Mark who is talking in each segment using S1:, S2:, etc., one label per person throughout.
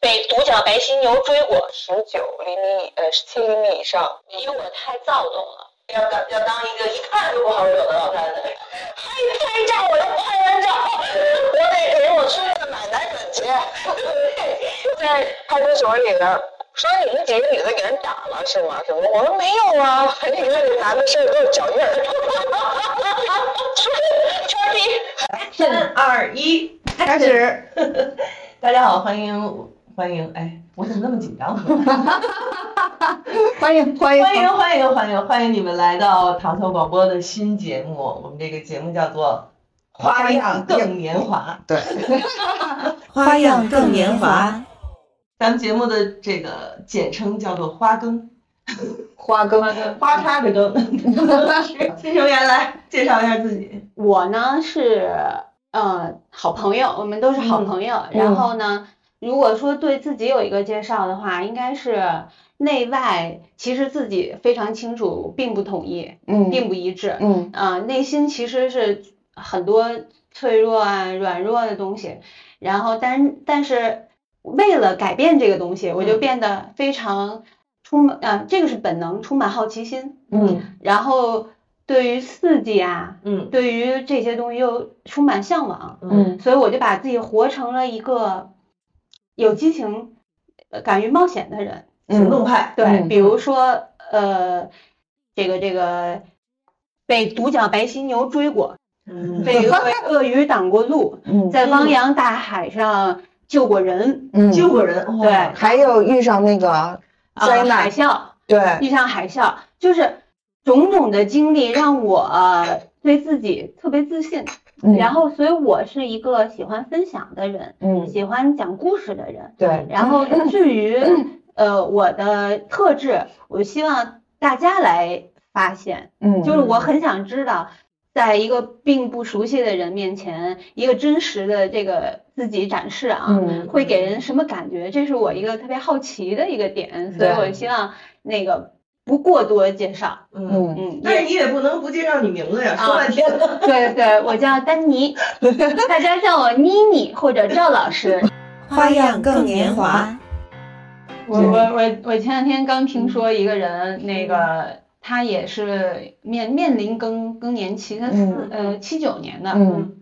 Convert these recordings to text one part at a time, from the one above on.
S1: 被独角白犀牛追过，
S2: 十九厘米呃十七厘米以上，
S1: 因为我太躁动了。
S3: 要当要当一个一看就不好惹的老太太，
S1: 还拍照，我要拍完 照，
S3: 我得给我孙子买奶粉去。
S2: 在派出所里边说你们几个女的给人打了是吗？什么？我说没有啊， 你们这男的事儿都是脚印儿。
S1: 穿逼。
S3: 三二一，开始。大家好，欢迎欢迎，哎，我怎么那么紧张？
S4: 欢迎欢迎
S3: 欢迎欢迎欢迎欢迎你们来到糖球广播的新节目，我们这个节目叫做《花样更年华》。
S4: 对，
S5: 花样更年华，
S3: 咱们节目的这个简称叫做“花更
S4: 花哥，”，
S3: 花叉的更。新成员来介绍一下自己。
S6: 我呢是呃好朋友，我们都是好
S4: 嗯
S6: 朋友。然后呢，如果说对自己有一个介绍的话，应该是内外其实自己非常清楚，并不统一，
S4: 嗯
S6: 并不一致。
S4: 嗯
S6: 呃，内心其实是很多脆弱啊、软弱的东西。然后但但是为了改变这个东西，我
S4: 嗯
S6: 就变得非常充满啊、这个是本能，充满好奇心。
S3: 嗯
S6: 然后对于刺激啊。
S3: 嗯
S6: 对于这些东西又充满向往，
S3: 嗯
S6: 所以我就把自己活成了一个有激情、呃敢于冒险的人。
S3: 行动派。
S6: 对，
S4: 嗯
S6: 比如说呃，这个这个被独角白犀牛追过，
S3: 嗯
S6: 被 被鳄鱼挡过路，
S4: 嗯
S6: 在汪洋大海上救过人，
S4: 嗯，
S3: 救过人。哇
S6: 对
S4: 还有遇上那个
S6: 啊
S4: 灾难
S6: 海啸，
S4: 对，
S6: 遇上海啸，就是种种的经历让我对自己特别自信。
S4: 嗯
S6: 然后，所以我是一个喜欢分享的人，
S4: 嗯
S6: 喜欢讲故事的人。
S4: 对，嗯
S6: 然后，至于呃我的特质，我希望大家来发现，
S4: 嗯
S6: 就是我很想知道，在一个并不熟悉的人面前，一个真实的这个自己展示啊，
S4: 嗯
S6: 会给人什么感觉？这是我一个特别好奇的一个点，所以
S4: 对
S6: 我希望那个不过多介绍。
S3: 嗯。
S4: 嗯
S6: 嗯，
S3: 但是
S6: 也
S3: 你也不能不介绍你名字呀，
S6: 啊
S3: 说半天了。
S6: 对对，我叫丹妮， 大家叫我妮妮或者赵老师。
S5: 花样更年华，
S6: 我我我我前两天刚听说一个人，那个他也是面面临更更年期，他四
S4: 嗯
S6: 呃七九年的，
S4: 嗯，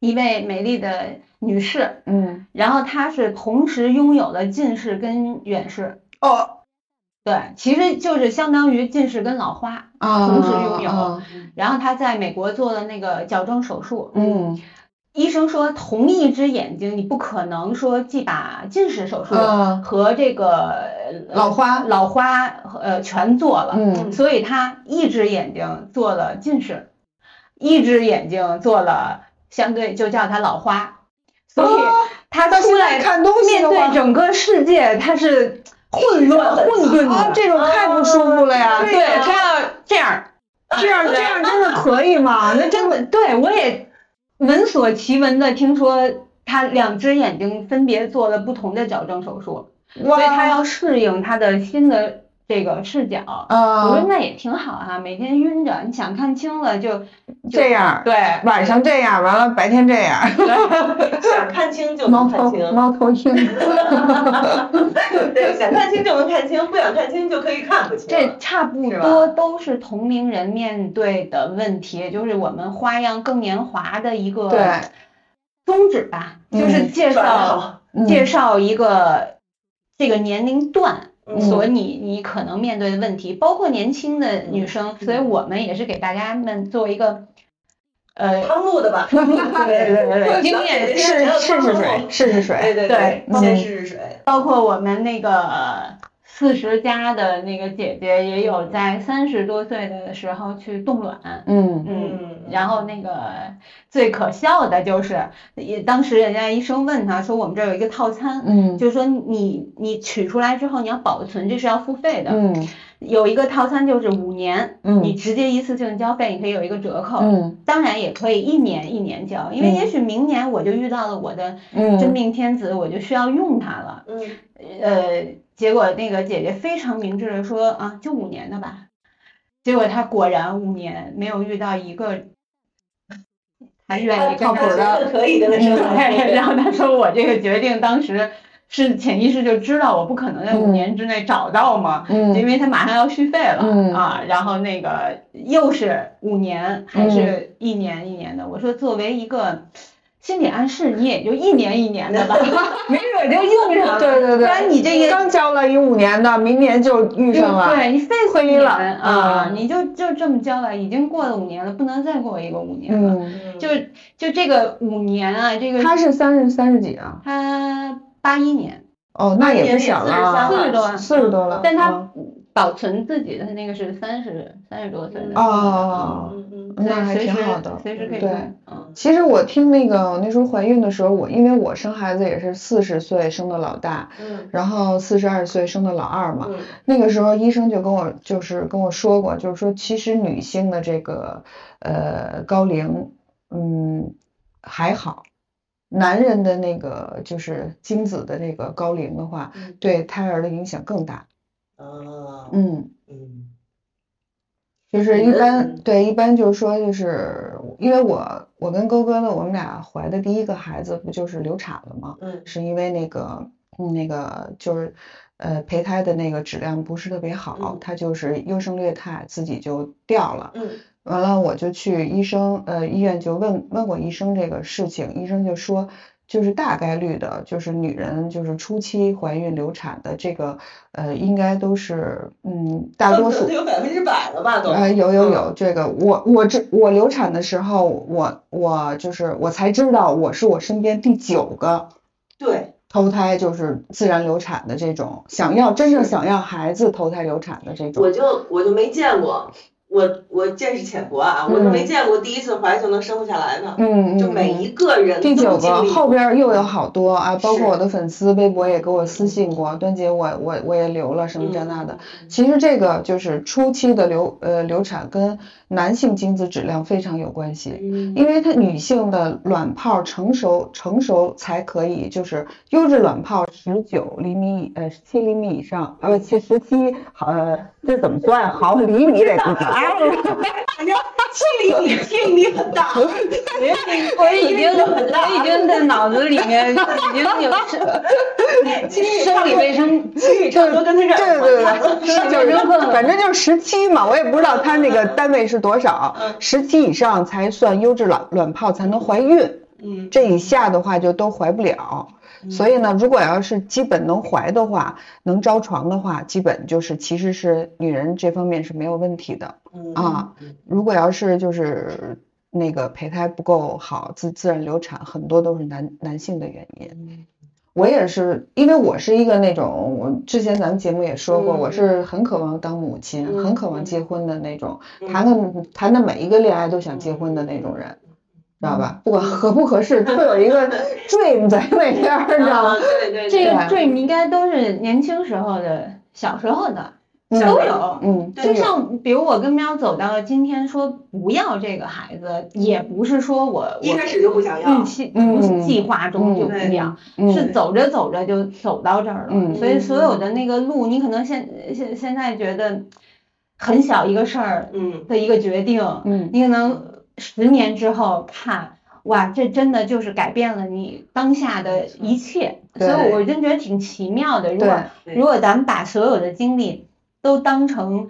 S6: 一位美丽的女士，
S4: 嗯
S6: 然后她是同时拥有了近视跟远视。
S4: 哦
S6: 对，其实就是相当于近视跟老花，
S4: 啊，
S6: 同时拥有
S4: 啊
S6: 然后他在美国做了那个矫正手术，
S4: 嗯
S6: 医生说同一只眼睛你不可能说既把近视手术
S4: 啊
S6: 和这个呃
S4: 老花
S6: 老花呃全做了，
S4: 嗯
S6: 所以他一只眼睛做了近视，一只眼睛做了相对就叫他老花，所以他
S4: 到
S6: 出
S4: 哦现在
S6: 来
S4: 看东西
S6: 面
S4: 的
S6: 对
S4: 话
S6: 整个世界他是混乱混沌
S4: 啊，
S6: 的，
S4: 这种太不舒服了呀，
S6: 呃对他要这样。
S4: 这样这样真的可以吗？那真的
S6: 对我也闻所奇闻的听说，他两只眼睛分别做了不同的矫正手术，所以他要适应他的新的这个视角。我说
S4: 啊
S6: 那也挺好啊，每天晕着，你想看清了就
S4: 这样，
S6: 对
S4: 晚上这样，完了白天这样，
S3: 想看清就
S4: 猫
S3: 能看
S4: 头
S3: 清，
S4: 猫头鹰，
S3: 对，想看清就能看清，不想看清就可以看不清。
S6: 这差不
S3: 是
S6: 多
S3: 吧
S6: 都是同龄人面对的问题，也就是我们花样更年华的一个
S4: 对，
S6: 宗旨吧，就是
S4: 嗯
S6: 介
S3: 转得
S6: 绍
S3: 好，
S4: 嗯
S6: 介绍一个这个年龄段
S3: 嗯
S6: 所你你可能面对的问题，包括年轻的女生，
S3: 嗯
S6: 所以我们也是给大家们做一个呃
S3: 汤露的吧？对对对对
S6: 经验，
S4: 试试试 水，试试水，
S3: 对对
S6: 对
S3: 先
S4: 嗯
S3: 试试水。
S6: 包括我们那个四十加的那个姐姐，也有在三十多岁的时候去冻卵，
S4: 嗯
S6: 嗯。
S3: 嗯，
S6: 然后那个最可笑的就是，也当时人家医生问他说，我们这儿有一个套餐，
S4: 嗯
S6: 就是说你你取出来之后你要保存，这是要付费的。
S4: 嗯
S6: 有一个套餐就是五年，你哦
S4: 嗯
S6: 直接一次性交费，你可以有一个折扣。
S4: 嗯
S6: 当然也可以一年一年交，因为
S4: 嗯
S6: 也许明年我就遇到了我的真
S4: 嗯，
S6: 命天子，我就需要用它了。
S3: 嗯，
S6: 呃，结果那个姐姐非常明智的说啊，就五年的吧。结果她果然五年没有遇到一个还愿意跟
S4: 靠谱
S6: 她
S4: 的
S3: 可以的那时候，
S6: 对，然后他说我这个决定当时是潜意识就知道我不可能在五
S4: 嗯
S6: 年之内找到嘛，因
S4: 嗯
S6: 为他马上要续费了、
S4: 嗯
S6: 啊，然后那个又是五年还是一年一年的，我说作为一个心理暗示，你也就一年一年的 吧，没准就用上了，
S4: 对对对，
S6: 不然你这个
S4: 刚交了一五年的，明年就遇上了。
S6: 对你费
S4: 亏
S6: 死你
S4: 了
S6: 啊
S4: 嗯！
S6: 你就就这么交了，已经过了五年了，不能再过一个五年了。
S4: 嗯，
S6: 就就这个五年啊，这个
S4: 他是三十三十几啊？
S6: 他八一年，
S4: 哦，那也不小
S6: 四
S4: 了，
S6: 十多，
S4: 四十多了。
S6: 但
S4: 嗯
S6: 他保存自己的那个是三十三十多岁的，
S4: 哦，
S1: 嗯
S6: 所以
S4: 那还
S6: 随
S4: 挺
S6: 时
S4: 好的。
S6: 随时可以
S4: 对
S6: 看。嗯，
S4: 其实我听那个我那时候怀孕的时候，我因为我生孩子也是四十岁生的老大，
S3: 嗯
S4: 然后四十二岁生的老二嘛。
S3: 嗯
S4: 那个时候医生就跟我就是跟我说过，就是说其实女性的这个呃高龄，嗯还好，男人的那个就是精子的那个高龄的话，对胎儿的影响更大。
S3: 啊
S4: 嗯。
S3: 嗯
S4: 就是一
S3: 嗯
S4: 般对，一般就是说，就是因为我我跟勾哥的，我们俩怀的第一个孩子不就是流产了吗？
S3: 嗯
S4: 是因为那个嗯那个就是呃胚胎的那个质量不是特别好
S3: 嗯，
S4: 它就是优胜劣汰，自己就掉了。
S3: 嗯
S4: 完了我就去医生呃医院就问问过医生这个事情，医生就说就是大概率的，就是女人就是初期怀孕流产的这个呃应该都是嗯大多数。
S3: 有百分之百了吧都
S4: 呃，有有有，这个我我这我流产的时候，我我就是我才知道我是我身边第九个
S3: 对
S4: 投胎就是自然流产的这种，想要真正想要孩子投胎流产的这种，
S2: 我就我就没见过，我我见识浅薄啊，我就没见过第一次怀就能生不下来的，
S4: 嗯嗯
S2: 就每
S4: 嗯
S2: 一个人
S4: 第
S2: 都
S4: 九
S2: 经
S4: 个
S2: 历
S4: 后边儿又有好多啊，包
S2: 是
S4: 括我的粉丝微博也给我私信过，端姐我我我也留
S2: 嗯
S4: 了什么这那的。 其实这个就是初期的流呃流产跟男性精子质量非常有关系，因为它女性的卵泡成熟成熟才可以就是优质卵泡十九厘米以呃十七厘米以上，呃七十七好呃这怎么算毫厘米得多少？哎
S3: 这个有点吸引力很大，
S6: 我已经我已经在脑子里面已经有
S4: 啊
S6: 生理卫生
S3: 心理差不多跟他这
S4: 对
S3: 儿
S4: 对对，是就是反正就是十七嘛，我也不知道它那个单位是多少，十七以上才算优质卵卵泡才能怀孕，
S3: 嗯
S4: 这以下的话就都怀不了。
S2: 嗯
S4: 所以呢，如果要是基本能怀的话，能着床的话，基本就是其实是女人这方面是没有问题的
S3: 嗯
S4: 啊。如果要是就是那个胚胎不够好，自自然流产，很多都是男男性的原因。
S2: 嗯
S4: 我也是，因为我是一个那种，我之前咱们节目也说过，
S3: 嗯
S4: 我是很渴望当母亲，
S3: 嗯
S4: 很渴望结婚的那种，
S2: 嗯
S4: 谈的谈的每一个恋爱都想结婚的那种人，知道吧？不管合不合适，都有一个 dream 在那边儿，知
S2: 啊
S4: 道吗？
S3: 对对
S6: 这个
S4: 对
S6: 这应该都是年轻时候的，小时候的
S4: 嗯
S6: 都有。
S4: 嗯，
S6: 就
S4: 对，
S6: 像比如我跟喵走到今天说不要这个孩子，也不是说我
S2: 一开始就不想
S6: 我预
S2: 要，
S6: 期
S4: 嗯
S6: 不是计划中就不
S2: 嗯
S6: 要，是
S4: 嗯
S6: 走着走着就走到这儿了。
S4: 嗯
S6: 所以所有的那个路，你可能现现现在觉得很小一个事儿
S2: 嗯，
S6: 的一个决定，
S4: 嗯
S6: 你可能十年之后看，哇，这真的就是改变了你当下的一切。所
S4: 对
S6: 以我真觉得挺奇妙的。如果
S4: 对
S2: 对
S6: 如果咱们把所有的经历都当成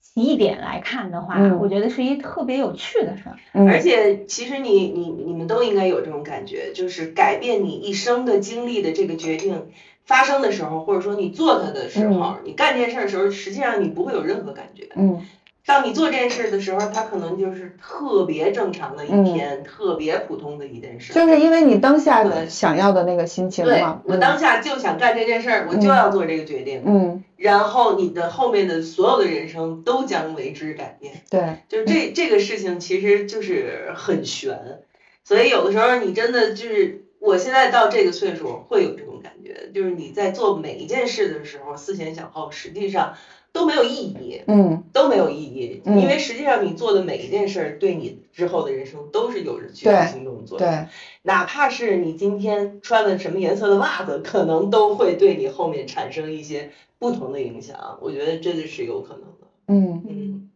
S6: 起点来看的话，
S4: 嗯
S6: 我觉得是一特别有趣的事儿。
S2: 而
S4: 嗯，
S2: 且其实你你你们都应该有这种感觉，就是改变你一生的经历的这个决定发生的时候，或者说你做它的时候，你干这件事儿的时候，实际上你不会有任何感觉。
S4: 嗯
S2: 当你做这件事的时候，它可能就是特别正常的一天，特别普通的一件事。
S4: 嗯就是因为你当下
S2: 对
S4: 想要的那个心情
S2: 对
S4: 嘛，，
S2: 我当下就想干这件事儿，我就要做这个决定，
S4: 嗯，
S2: 然后你的后面的所有的人生都将为之改变。
S4: 对，
S2: 就是这
S4: 嗯
S2: 这个事情其实就是很悬，所以有的时候你真的就是，我现在到这个岁数会有这种感觉，就是你在做每一件事的时候思前想后，实际上都没有意义，
S4: 嗯，
S2: 都没有意义，
S4: 嗯
S2: 因为实际上你做的每一件事儿对你之后的人生都是有着巨
S4: 对
S2: 大行动作用，
S4: 对，
S2: 哪怕是你今天穿了什么颜色的袜子，可能都会对你后面产生一些不同的影响，我觉得这个是有可能的，
S4: 嗯。
S2: 嗯。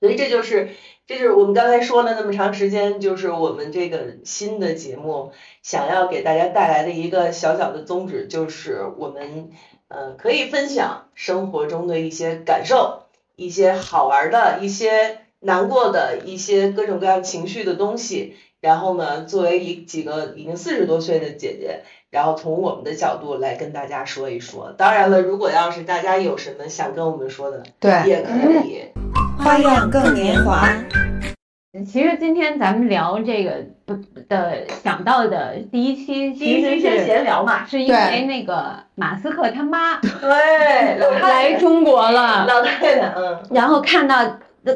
S2: 所以这就是，这就是我们刚才说了那么长时间，就是我们这个新的节目想要给大家带来的一个小小的宗旨，就是我们呃可以分享生活中的一些感受，一些好玩的、一些难过的、一些各种各样情绪的东西。然后呢，作为一几个已经四十多岁的姐姐，然后从我们的角度来跟大家说一说。当然了，如果要是大家有什么想跟我们说的，
S4: 对，
S6: 哎
S2: 也可以。
S6: 嗯
S7: 花样更年华，
S6: 其实今天咱们聊这个不的想到的第一期，
S8: 第一
S6: 其实
S8: 期先
S6: 是
S8: 闲聊嘛，
S6: 是因为
S4: 对
S6: 那个马斯克他妈
S2: 对，老太
S6: 来中国了，
S2: 老太太，嗯
S6: 然后看到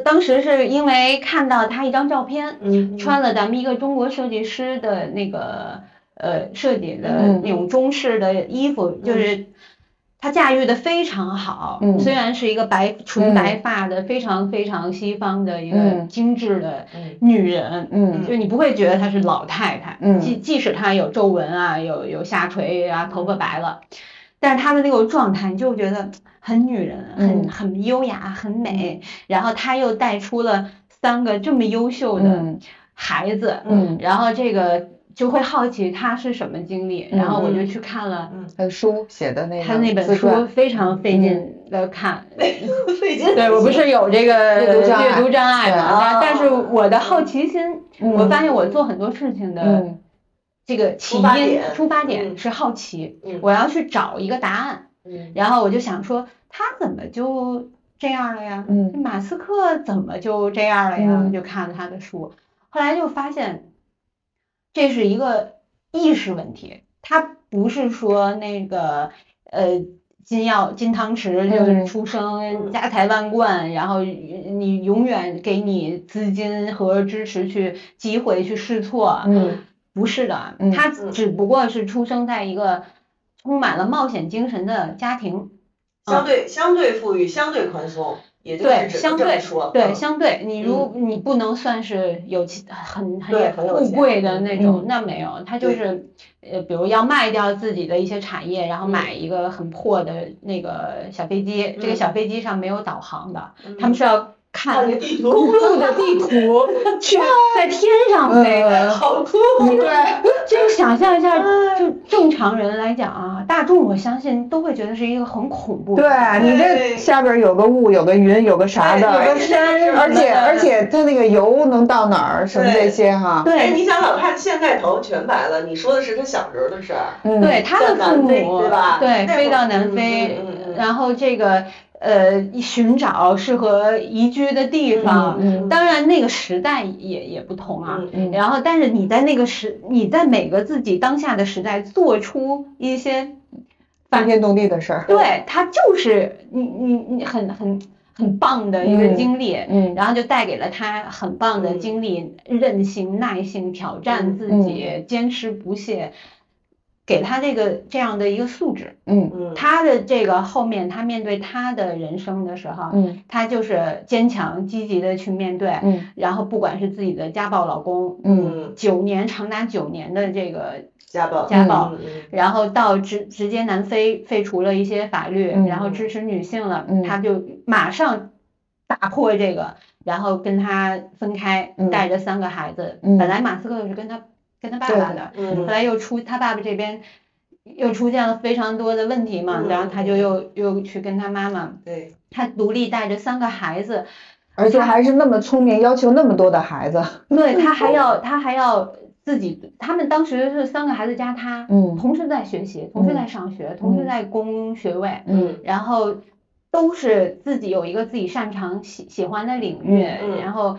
S6: 当时是因为看到他一张照片，
S2: 嗯，
S6: 穿了咱们一个中国设计师的那个呃设计的
S4: 嗯
S6: 那种中式的衣服，就是他驾驭的非常好。
S4: 嗯
S6: 虽然是一个白纯白发的、非常非常西方的一个
S4: 嗯
S6: 精致的
S2: 嗯
S6: 女人，
S4: 嗯
S6: 就你不会觉得她是老太太，
S4: 嗯
S6: 即即使她有皱纹啊，有有下垂啊，头发白了，但是她的那种状态，你就觉得很女人，很
S4: 嗯
S6: 很优雅，很美。然后她又带出了三个这么优秀的
S4: 嗯
S6: 孩子，
S4: 嗯，
S6: 然后这个就会好奇他是什么经历，然后我就去看了
S4: 很书写的那个
S6: 他嗯那本
S4: 自
S6: 书，
S4: 传，
S6: 非常费劲的看。
S2: 费劲。
S6: 嗯对我不是有这个
S4: 阅读障碍
S6: 阅读障碍啊嘛，
S2: 对
S6: 但但是我的好奇心，
S4: 嗯
S6: 我发现我做很多事情的
S4: 嗯
S6: 这个起
S2: 出发
S6: 因
S2: 点
S6: 出发
S2: 嗯
S6: 点是好奇
S2: 嗯，
S6: 我要去找一个答案，
S2: 嗯，
S6: 然后我就想说他怎么就这样了呀？
S4: 嗯
S6: 马斯克怎么就这样了呀？
S4: 嗯
S6: 就看了他的书，后来就发现这是一个意识问题，他不是说那个呃金药金汤匙就是
S4: 嗯
S6: 出
S2: 嗯
S6: 生家财万贯，然后你永远给你资金和支持去机会去试错，
S4: 嗯
S6: 不是的
S4: 嗯，
S6: 他
S2: 嗯
S6: 只不过是出生在一个充满了冒险精神的家庭。
S2: 相对相对富裕，相对宽松，也就是
S6: 对
S2: 只能
S6: 相
S2: 这么
S6: 对
S2: 说，
S6: 对，
S2: 嗯
S6: 相对你如你不能算是有其很很
S2: 对
S6: 也
S2: 很有
S6: 富
S2: 钱
S6: 贵的那种
S4: 嗯，
S6: 那没有，他就
S2: 对
S6: 是呃，比如要卖掉自己的一些产业，然后
S2: 嗯
S6: 买一个很破的那个小飞机，这
S2: 嗯
S6: 个小飞机上没有导航的，
S2: 嗯
S6: 他们是要
S2: 看
S6: 看
S2: 个地图，
S6: 公路的地图 去在天上飞。
S4: 嗯
S2: 好酷，
S4: 对，
S6: 就是想象一下，
S2: 嗯
S6: 就正常人来讲啊，大众我相信都会觉得是一个很恐怖的事情。
S4: 对啊你这下边有个雾，有个云，有个啥的，
S2: 对有个
S4: 山而且而且它那个油能到哪儿，什么这些哈，
S2: 哎，
S6: 对
S2: 你想老太太现在头全白了，你说的是她小时候的事儿，
S4: 嗯
S6: 对，他
S2: 在
S6: 的
S2: 南
S6: 父母
S2: 非对吧
S6: 对
S2: 那
S6: 飞
S2: 会儿
S6: 到南
S2: 嗯
S6: 非
S2: 嗯嗯嗯，
S6: 然后这个呃寻找适合宜居的地方。
S4: 嗯
S6: 当然，那个时代也也不同啊。
S2: 嗯
S4: 嗯
S6: 然后，但是你在那个时，你在每个自己当下的时代做出一些，
S4: 翻天动地的事儿，
S6: 对，它就是你你你很很很棒的一个
S4: 嗯
S6: 经历。
S4: 嗯
S6: 然后就带给了他很棒的经历，韧性、耐性、挑战自己、坚持不懈，给他这个这样的一个素质。
S4: 嗯
S2: 嗯，
S6: 他的这个后面，他面对他的人生的时候，
S4: 嗯
S6: 他就是坚强、积极的去面对。
S4: 嗯
S6: 然后不管是自己的家暴老公，
S4: 嗯
S2: 嗯，
S6: 九年长达九年的这个
S2: 家暴，
S6: 家暴，
S2: 嗯，嗯
S6: 然后到直直接南非废除了一些法律，
S4: 嗯
S6: 然后支持女性了，
S4: 嗯
S6: 他就马上打破这个，然后跟他分开，
S4: 嗯
S6: 带着三个孩子。
S4: 嗯
S6: 本来马斯克是跟他跟他爸爸的，后
S2: 嗯
S6: 来又出他爸爸这边又出现了非常多的问题嘛，
S2: 嗯
S6: 然后他就又又去跟他妈妈，
S2: 对，
S6: 他独立带着三个孩子，
S4: 而且还是那么聪明，要求那么多的孩子，
S2: 嗯
S6: 对他还要他还要自己，他们当时是三个孩子加他。
S4: 嗯
S6: 同时在学习，同时在上学，同时
S4: 嗯
S6: 在攻学位，
S2: 嗯
S6: 然后都是自己有一个自己擅长喜喜欢的领域，
S2: 嗯
S6: 然后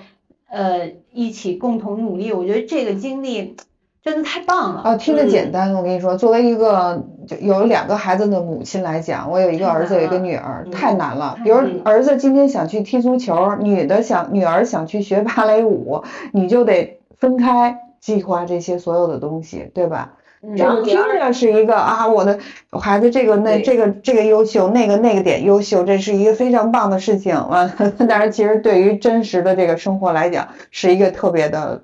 S6: 呃一起共同努力。我觉得这个经历真的太棒了。
S2: 啊
S4: 哦，听着简单，我跟你说，作为一个就有两个孩子的母亲来讲，我有一个儿子，有一个女儿，太难了。比如儿子今天想去踢足球，女的想女儿想去学芭蕾舞，你就得分开计划这些所有的东西，对吧？
S6: 嗯
S4: 这
S2: 然后
S4: 个
S2: 你
S4: 听
S2: 要是
S4: 着是一个啊，我的我孩子这个那
S2: 对
S4: 这个这个优秀，那个那个点优秀，这是一个非常棒的事情。完了， 但是其实对于真实的这个生活来讲，是一个特别的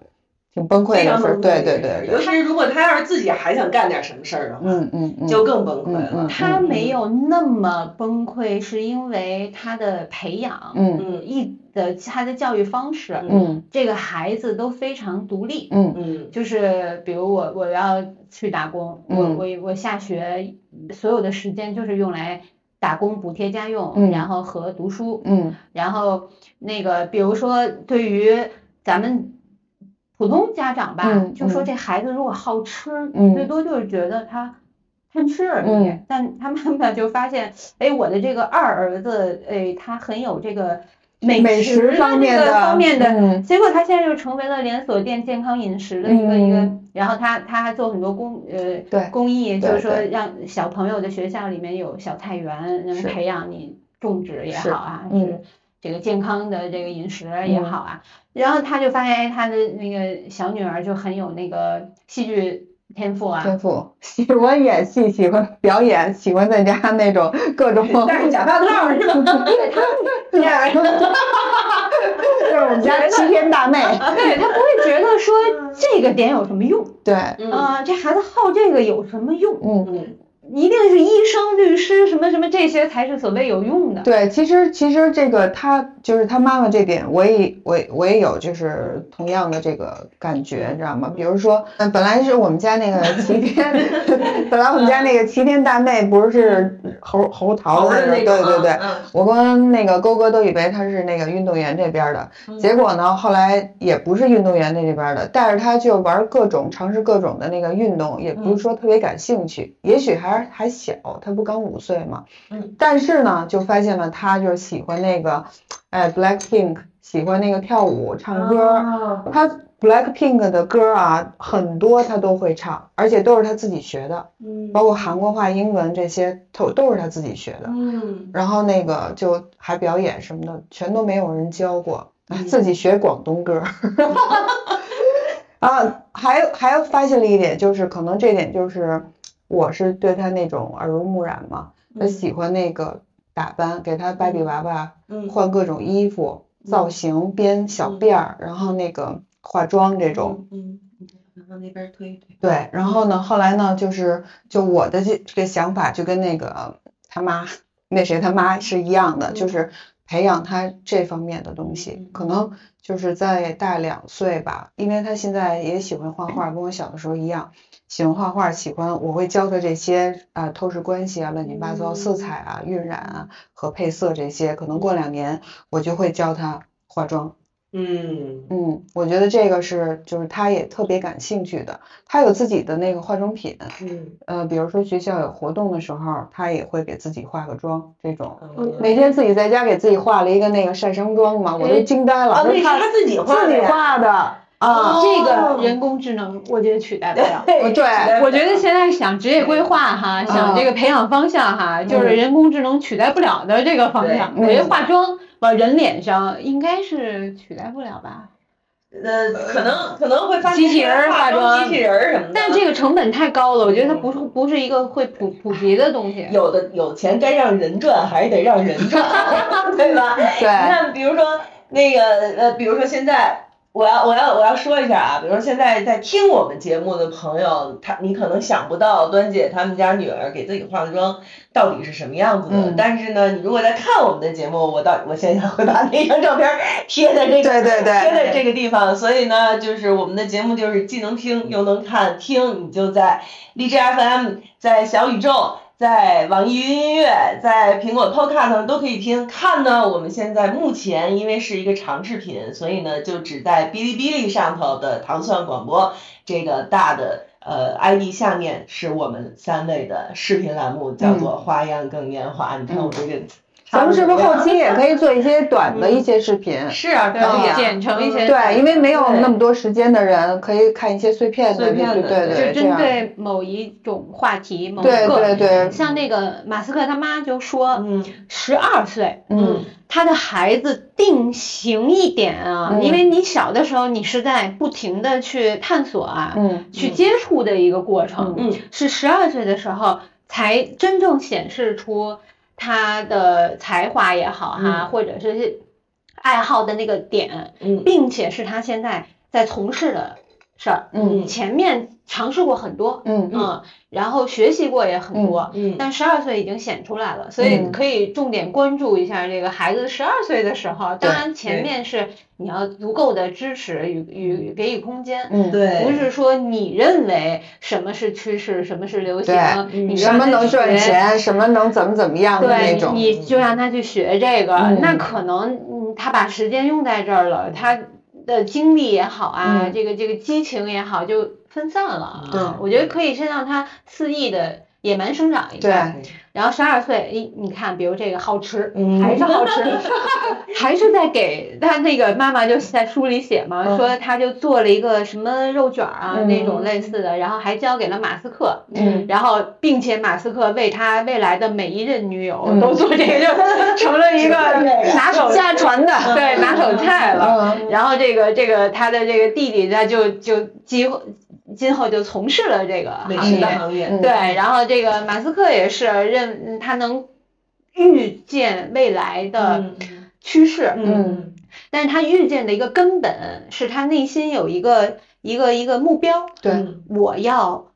S4: 挺崩溃
S2: 非
S4: 的
S2: 常
S4: 事儿。
S2: 崩溃，
S4: 对对对
S2: 尤
S4: 对，
S2: 其是如果她要是自己还想干点什么事儿的话，
S4: 嗯嗯嗯，
S2: 就更崩溃了
S4: 嗯，
S6: 他没有那么崩溃，是因为他的培养，
S4: 嗯
S2: 嗯
S6: 一的他的教育方式，
S4: 嗯
S6: 这个孩子都非常独立。
S4: 嗯
S2: 嗯
S6: 就是比如我我要去打工，我
S4: 嗯
S6: 我我下学所有的时间就是用来打工补贴家用，
S4: 嗯
S6: 然后和读书，
S4: 嗯
S6: 然后那个比如说对于咱们普通家长吧，
S4: 嗯
S6: 就说
S4: 嗯
S6: 这孩子如果好吃，
S4: 嗯
S6: 最多就是觉得他。贪吃而已，
S4: 嗯
S6: 但他妈妈就发现，哎，我的这个二儿子，哎，他很有这个美
S4: 美食
S6: 食啊
S4: 方面
S6: 这个
S4: 的
S6: 方面的
S4: 嗯
S6: 结果他现在就成为了连锁店健康饮食的一个一个
S4: 嗯，
S6: 然后他他还做很多公呃
S4: 对
S6: 公益，就是说
S4: 对
S6: 让小朋友的学校里面有小菜园，能
S4: 是
S6: 培养你种植也
S4: 是
S6: 好啊，
S4: 嗯
S6: 是这个健康的这个饮食也好啊。然后他就发现哎他的那个小女儿就很有那个戏剧天赋啊，
S4: 天赋， 喜欢演戏，喜欢表演，喜欢在家那种各种，
S3: 戴着假发套 是吧？
S4: 这样，就是我们家齐天大妹，
S6: 对他不会觉得说这个点有什么用
S4: 对，
S2: 嗯
S6: 啊、这孩子好这个有什么用？
S4: 嗯。
S2: 嗯
S6: 一定是医生、律师什么什么这些才是所谓有用的。
S4: 对，其实其实这个他就是他妈妈这点，我也我也我也有就是同样的这个感觉，你知道吗？比如说，嗯，本来是我们家那个齐天， 本来我们家那个齐天大妹不是猴猴桃
S3: 好
S4: 子
S3: 的
S2: 嗯
S4: 的，
S3: 那
S4: 对
S3: 种
S4: 对对，
S3: 啊
S4: 我跟那个勾哥都以为他是那个运动员这边的，结果呢，后来也不是运动员那这边的，带着他就玩各种，尝试各种的那个运动，也不是说特别感兴趣，也许还是还小，他不刚五岁嘛，
S3: 嗯，
S4: 但是呢，就发现了他就是喜欢那个，哎，Blackpink，喜欢那个跳舞、唱歌，
S6: 啊
S3: 哦
S4: 他 Blackpink 的歌啊，很多他都会唱，而且都是他自己学的，
S2: 嗯
S4: 包括韩国话、英文这些都都是他自己学的。
S2: 嗯
S4: 然后那个就还表演什么的，全都没有人教过，
S2: 嗯
S4: 自己学广东歌儿。 啊，还还发现了一点，就是可能这点就是我是对他那种耳濡目染嘛，他喜欢那个打扮，给他芭比娃娃
S2: 嗯
S4: 换各种衣服、造型、编小
S2: 嗯
S4: 辫儿，然后那个化妆这种。
S2: 嗯，然后那边推一推，
S4: 对，然后呢，后来呢，就是就我的这这个想法就跟那个他妈那谁他妈是一样的，就是培养他这方面的东西，可能就是在大两岁吧，因为他现在也喜欢画画，跟我小的时候一样，喜欢画画，喜欢我会教他这些啊、透视关系啊、乱七八糟、色彩啊、晕染啊和配色这些，可能过两年我就会教他化妆。
S2: 嗯
S4: 嗯，我觉得这个是就是他也特别感兴趣的，他有自己的那个化妆品，
S2: 嗯
S4: 呃，比如说学校有活动的时候，他也会给自己化个妆这种。
S2: 嗯
S4: 每天自己在家给自己化了一个那个晒伤妆嘛，我都惊呆了，
S2: 哦，
S4: 都
S2: 那是
S4: 看
S2: 他自己画
S4: 自
S2: 的
S4: 己
S2: 呀，
S4: 画的啊，
S6: 这个人工智能，我觉得取代不了。
S4: 我对，
S6: 我觉得现在想职业规划哈，
S4: 嗯
S6: 想这个培养方向哈，就是人工智能取代不了的这个方向。
S4: 对嗯
S6: 我觉得化妆往人脸上应该是取代不了吧，
S2: 呃，可能可能会发
S6: 机器人儿化
S2: 化
S6: 妆
S2: 机器人儿什
S4: 嗯
S2: 么的，
S6: 但这个成本太高了，我觉得它不是不是一个会普普及的东西。
S2: 有的有钱该让人赚，还是得让人 赚，对吧？
S4: 对
S2: 你看，比如说那个呃，比如说现在。我要我要我要说一下啊，比如说现在在听我们节目的朋友，他你可能想不到端姐他们家女儿给自己化的妆到底是什么样子的，
S4: 嗯
S2: 但是呢，你如果在看我们的节目，我到我现在会把那张照片贴在这个
S4: 对对对
S2: 贴在这个地方，所以呢，就是我们的节目就是既能听又能看，听你就在荔枝 FM，在小宇宙，在网易云音乐，在苹果 Podcast 上都可以听。看呢，我们现在目前因为是一个长视频，所以呢，就只在哔哩哔哩上头的糖蒜广播这个大的。呃，ID 下面是我们三位的视频栏目，叫做《花样更年华》。你看我这个，
S4: 嗯咱们是不是后期也可以做一些短的一些视 频？
S2: 是啊，可以
S4: 对
S2: 啊，
S6: 剪成一些
S4: 对，因为没有那么多时间的人，可以看一些碎片的，
S2: 碎片
S4: 对
S2: 的
S4: 对
S6: 就
S4: 对，这
S6: 针
S4: 样，
S6: 对某一种话题、某一
S4: 对对
S6: 个，
S4: 对，
S6: 像那个马斯克他妈就说，
S2: 嗯
S6: 十二岁
S4: 嗯
S6: 他的孩子定型一点啊，
S4: 嗯
S6: 因为你小的时候你是在不停的去探索啊，
S4: 嗯
S6: 去接触的一个过程，
S2: 嗯
S6: 是十二岁的时候才真正显示出他的才华也好哈，
S4: 嗯
S6: 或者是爱好的那个点，
S2: 嗯
S6: 并且是他现在在从事的事儿。
S4: 嗯
S6: 前面尝试过很多，
S4: 嗯嗯
S6: 嗯，然后学习过也很多，
S2: 嗯
S6: 但十二岁已经显出来了，所以
S4: 嗯
S6: 可以重点关注一下这个孩子十二岁的时候。当然，前面是你要足够的支持与与给予空间。
S4: 嗯，
S3: 对，
S6: 不是说你认为什么是趋势，什么是流行，
S4: 对
S6: 你
S4: 什
S6: 让
S4: 么
S6: 他
S4: 能赚
S6: 学
S4: 钱，什么能怎么怎么样的那
S6: 对
S4: 种，
S6: 你就让他去学这个，
S4: 嗯
S6: 那可能嗯，他把时间用在这儿了，他的精力也好啊，
S4: 嗯
S6: 这个这个激情也好，就分散了。啊
S2: 嗯
S6: 我觉得可以先让他肆意的野蛮生长一
S4: 对
S6: 下。然后十二岁，你你看，比如这个好吃，
S3: 嗯
S6: 还是好吃，还是在给他那个妈妈就在书里写嘛，
S4: 嗯
S6: 说他就做了一个什么肉卷儿啊、
S4: 嗯
S6: 那种类似的，然后还交给了马斯克，
S4: 嗯
S6: 然后，并且马斯克为他未来的每一任女友
S4: 嗯
S6: 都做这个，就成了一个拿手
S4: 家传的，
S6: 对拿手菜了。
S4: 嗯
S6: 然后这个这个他的这个弟弟，他就就今后今后就从事了这个
S3: 美
S6: 行
S3: 食的
S6: 业。
S3: 行业，
S4: 嗯
S6: 对，然后这个马斯克也是认嗯他能预见未来的趋势，
S4: 嗯
S6: 但是他预见的一个根本是他内心有一个一个一个目标，
S4: 对
S6: 我要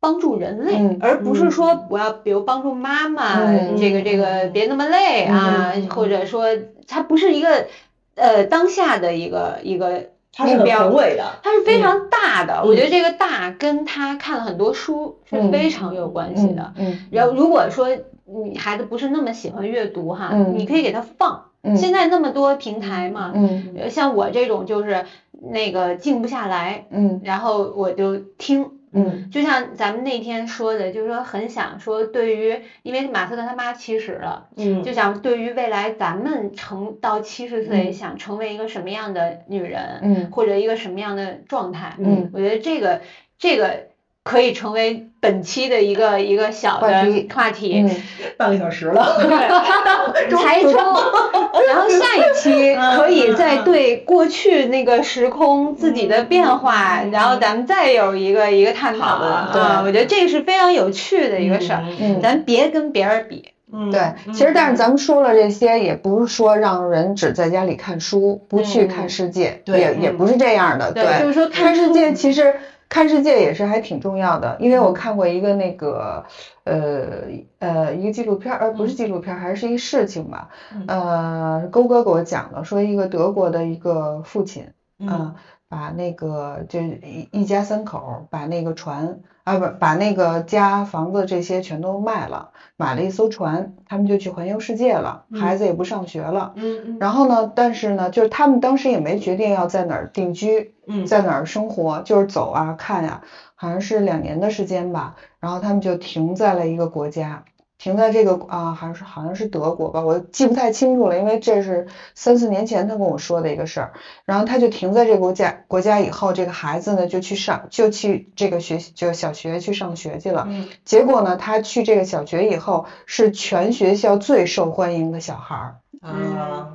S6: 帮助人类，
S4: 嗯
S6: 而不是说我要比如帮助妈妈，
S4: 嗯
S6: 这个这个别那么累啊，
S3: 嗯嗯嗯
S6: 或者说它不是一个呃当下的一个一个
S3: 它是
S6: 目
S3: 很
S6: 标
S3: 宏伟的，
S6: 它是非常大的。
S3: 嗯
S6: 我觉得这个大跟他看了很多书是
S4: 嗯
S6: 非常有关系的
S4: 嗯。嗯
S6: 然后如果说你孩子不是那么喜欢阅读哈，
S4: 嗯
S6: 你可以给他放。
S4: 嗯
S6: 现在那么多平台嘛，
S4: 嗯
S6: 呃像我这种就是那个静不下来，
S4: 嗯
S6: 然后我就听。
S4: 嗯
S6: 就像咱们那天说的，就是说很想说，对于因为马斯克他妈七十了，
S3: 嗯
S6: 就想对于未来咱们成到七十岁
S4: 嗯
S6: 想成为一个什么样的女人，
S4: 嗯
S6: 或者一个什么样的状态，
S4: 嗯
S6: 我觉得这个这个可以成为本期的一个一个小
S4: 话
S6: 的
S4: 题
S6: 话题。
S4: 嗯，
S3: 半个小时 了，
S6: 才抽，然后下一 期可以
S4: 嗯
S6: 再对过去那个时空自己的变化，
S4: 嗯
S6: 然后咱们再有一个一个探讨
S3: 好的
S6: 啊，我觉得这个是非常有趣的一个事儿，
S4: 嗯
S6: 咱别跟别人比，
S3: 嗯
S4: 对，其实但是咱们说了这些，也不是说让人只在家里看书，不去看世界，
S3: 对
S4: 也也不是这样的。
S6: 就
S4: 对，
S6: 是说看
S4: 看世界其实看世界也是还挺重要的，因为我看过一个那个呃呃一个纪录片儿，呃不是纪录片儿，还是一事情吧，呃是勾哥给我讲的，说一个德国的一个父亲，嗯，把那个就是一一家三口儿把那个船啊不把那个家房子这些全都卖了，买了一艘船，他们就去环游世界了，孩子也不上学了。
S3: 嗯
S4: 然后呢，但是呢，就是他们当时也没决定要在哪儿定居，
S3: 嗯
S4: 在哪儿生活，就是走啊看呀、好像是两年的时间吧。然后他们就停在了一个国家，停在这个啊，还是好像是德国吧，我记不太清楚了，因为这是三四年前他跟我说的一个事儿。然后他就停在这个国家国家以后，这个孩子呢就去上就去这个学就小学去上学去了。
S3: 嗯
S4: 结果呢，他去这个小学以后是全学校最受欢迎的小孩儿，
S3: 啊，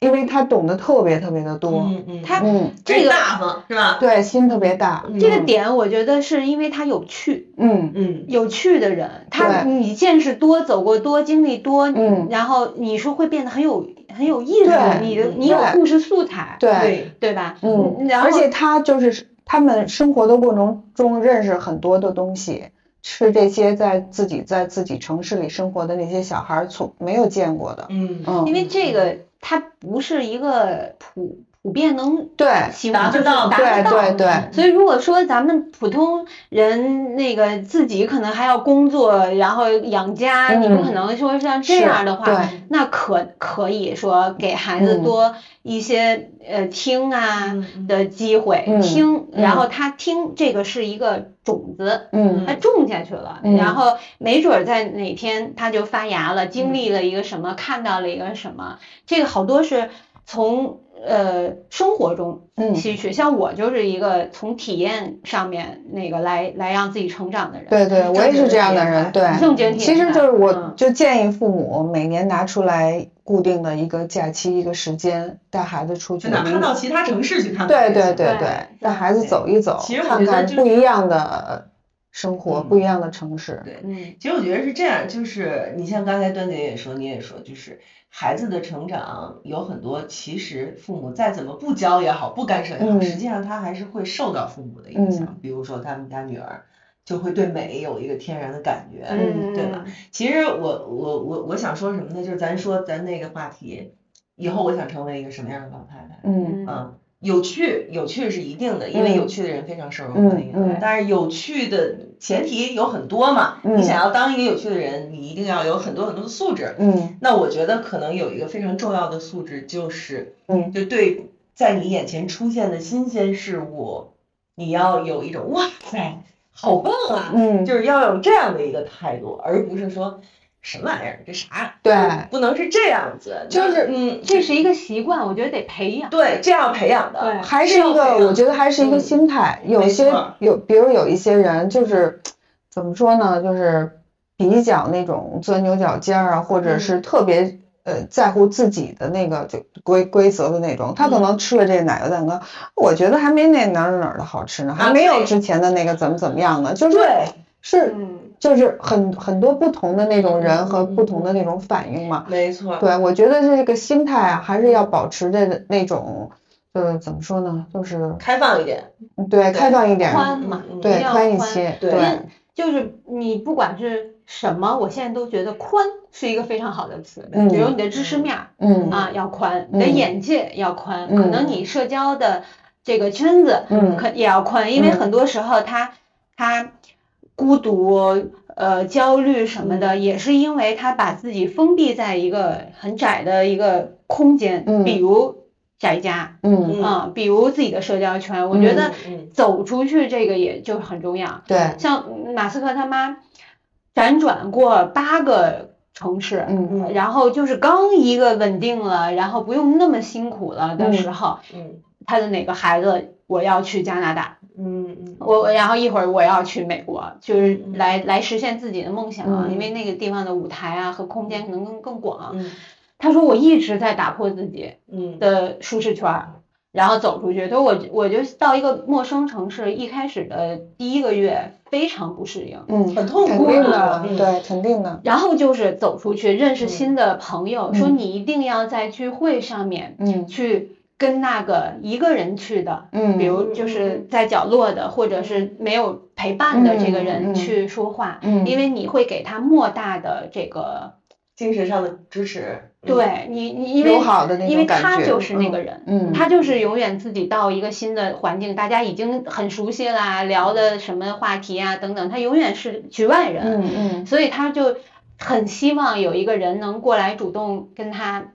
S4: 因为他懂得特别特别的嗯多。
S3: 嗯嗯，
S6: 他
S4: 嗯，
S6: 这
S3: 这
S6: 个
S3: 大方是吧？
S4: 对，心特别大。
S6: 这个点，我觉得是因为他有趣，
S4: 嗯，
S3: 嗯
S6: 有趣的人，他
S4: 对
S6: 你见识多，走过多，经历多，
S4: 嗯
S6: 然后你是会变得很有很有意思的，
S4: 对
S6: 你的
S3: 嗯
S6: 你有
S4: 对
S6: 故事素材，
S4: 对，
S3: 对，
S6: 对吧？
S4: 嗯，
S6: 然后
S4: 而且他就是他们生活的过程中认识很多的东西，是这些在自己在自己城市里生活的那些小孩儿从没有见过的。
S3: 嗯
S4: 嗯，
S6: 因为这个它不是一个普普遍能
S4: 对
S6: 喜
S3: 达
S6: 欢
S3: 不到的
S6: 达
S4: 对
S6: 不到
S4: 对
S6: 的。
S4: 对，
S6: 所以如果说咱们普通人那个自己可能还要工作，然后养家，
S4: 嗯
S6: 你不可能说像这
S4: 是
S6: 样的话，
S4: 对，
S6: 那可可以说给孩子
S4: 嗯
S6: 多一些、呃听啊。的机会
S4: 嗯
S6: 听，
S4: 嗯
S6: 然后他听这个是一个种子，
S4: 嗯
S6: 它种下去了，
S4: 嗯
S6: 然后没准儿在哪天它就发芽了，
S4: 嗯
S6: 经历了一个什么，看到了一个什么，这个好多是从呃生活中
S4: 嗯，
S6: 吸取，像我就是一个从体验上面那个来来让自己成长的人，
S4: 对对，我也是这样的人，对。
S6: 正经体
S4: 其实
S6: 验
S4: 就是我
S6: 嗯
S4: 就建议父母每年拿出来固定的一个假期一个时间带孩子出去
S3: 就哪怕
S4: 旅
S3: 到其他城市去看看
S4: 嗯对
S3: 也行，
S4: 对对
S6: 对
S4: 对，带孩子走一走
S3: 其实，我
S4: 看
S3: 觉得
S4: 看
S3: 就是
S4: 不一样的生活，
S2: 嗯
S4: 不一样的城市。
S2: 对
S6: 嗯
S2: 其实我觉得是这样，就是你像刚才端姐也说，你也说，就是孩子的成长有很多，其实父母再怎么不教也好，不干涉也好，
S4: 嗯
S2: 实际上他还是会受到父母的影响。
S4: 嗯
S2: 比如说他们家女儿就会对美有一个天然的感觉，
S6: 嗯，
S2: 对吧？其实我我我我想说什么呢？就是咱说咱那个话题，以后我想成为一个什么样的老太太？
S4: 嗯
S6: 嗯？
S2: 嗯，有趣，有趣是一定的，因为
S4: 嗯
S2: 有趣的人非常受人欢迎。
S4: 嗯嗯
S2: 但是有趣的前提有很多嘛，
S4: 嗯
S2: 你想要当一个有趣的人，你一定要有很多很多的素质。
S4: 嗯
S2: 那我觉得可能有一个非常重要的素质就是，
S4: 嗯
S2: 就对在你眼前出现的新鲜事物，你要有一种哇塞，好棒啊，
S4: 嗯，
S2: 就是要有这样的一个态度，而不是说什么玩意儿，这啥？
S4: 对
S2: 不能是这样子，
S4: 就是
S2: 嗯，
S6: 这是一个习惯，我觉得得培养。
S4: 嗯
S2: 对，这样培养的，
S6: 对
S4: 还是一个，我觉得还是一
S6: 嗯
S4: 个心态。
S2: 嗯
S4: 有
S2: 没
S4: 些
S2: 错
S4: 有，比如有一些人就是怎么说呢，就是比较那种钻牛角尖儿啊，或者是特别呃在乎自己的那个就规规则的那种。他可能吃了这个奶油蛋糕，我觉得还没那哪儿哪儿的好吃呢，还没有
S2: 对
S4: 之前的那个怎么怎么样呢，就是
S2: 对，
S4: 是
S6: 嗯，
S4: 就是很很多不同的那种人和
S2: 嗯
S4: 不同的那种反应嘛。
S2: 没错，
S4: 对，我觉得这个心态啊，还是要保持着那种，呃，怎么说呢，就是
S2: 开放一点，
S4: 对开放一点，
S6: 宽嘛，
S2: 嗯嗯
S6: 一
S4: 对
S6: 定要
S4: 宽一些，
S2: 对
S4: 对，
S6: 就是你不管是什么，我现在都觉得宽是一个非常好的词。
S4: 嗯
S6: 比如你的知识面儿
S4: 嗯
S6: 啊要宽，你的
S4: 嗯
S6: 眼界要宽，
S4: 嗯
S6: 可能你社交的这个圈子
S4: 嗯
S6: 可也要宽，因为
S4: 嗯
S6: 很多时候他他孤独呃焦虑什么
S4: 嗯
S6: 的，也是因为他把自己封闭在一个很窄的一个空间，
S4: 嗯
S6: 比如宅家
S4: 嗯，
S2: 嗯
S6: 啊，比如自己的社交圈，我觉得
S2: 嗯
S6: 走出去这个也就很重要。
S4: 对，
S6: 像马斯克他妈辗转过八个城市，
S4: 嗯
S2: 嗯
S6: 然后就是刚一个稳定了，然后不用那么辛苦了的时候，
S2: 嗯
S6: 他的哪个孩子我要去加拿大，
S2: 嗯嗯，
S6: 我然后一会儿我要去美国，就是
S2: 嗯
S6: 来来实现自己的梦想啊，
S4: 嗯
S6: 因为那个地方的舞台啊和空间可能更更广。啊
S2: 嗯
S6: 他说我一直在打破自己
S2: 嗯
S6: 的舒适圈儿。然后走出去，所以我我就到一个陌生城市，一开始的第一个月非常不适应，
S4: 嗯，
S2: 很痛
S4: 肯
S2: 苦
S4: 定
S2: 啊
S4: 的，
S2: 嗯
S4: 对，肯定的，
S6: 然后就是走出去认识
S2: 嗯
S6: 新的朋友，
S4: 嗯
S6: 说你一定要在聚会上面
S4: 嗯
S6: 去跟那个一个人去的，
S4: 嗯，
S6: 比如就是在角落的或者是没有陪伴的这个人去说话，
S4: 嗯，
S6: 因为你会给他莫大的这个
S2: 精神上的支持，嗯，
S6: 对你你因为
S4: 友好的那
S6: 因
S4: 种
S6: 为
S4: 感觉，
S6: 他就是那个人。
S4: 嗯，
S6: 他就是永远自己到一个新的环境，大家已经很熟悉啦，聊的什么话题啊等等，他永远是局外人。
S4: 嗯，嗯
S6: 所以他就很希望有一个人能过来主动跟他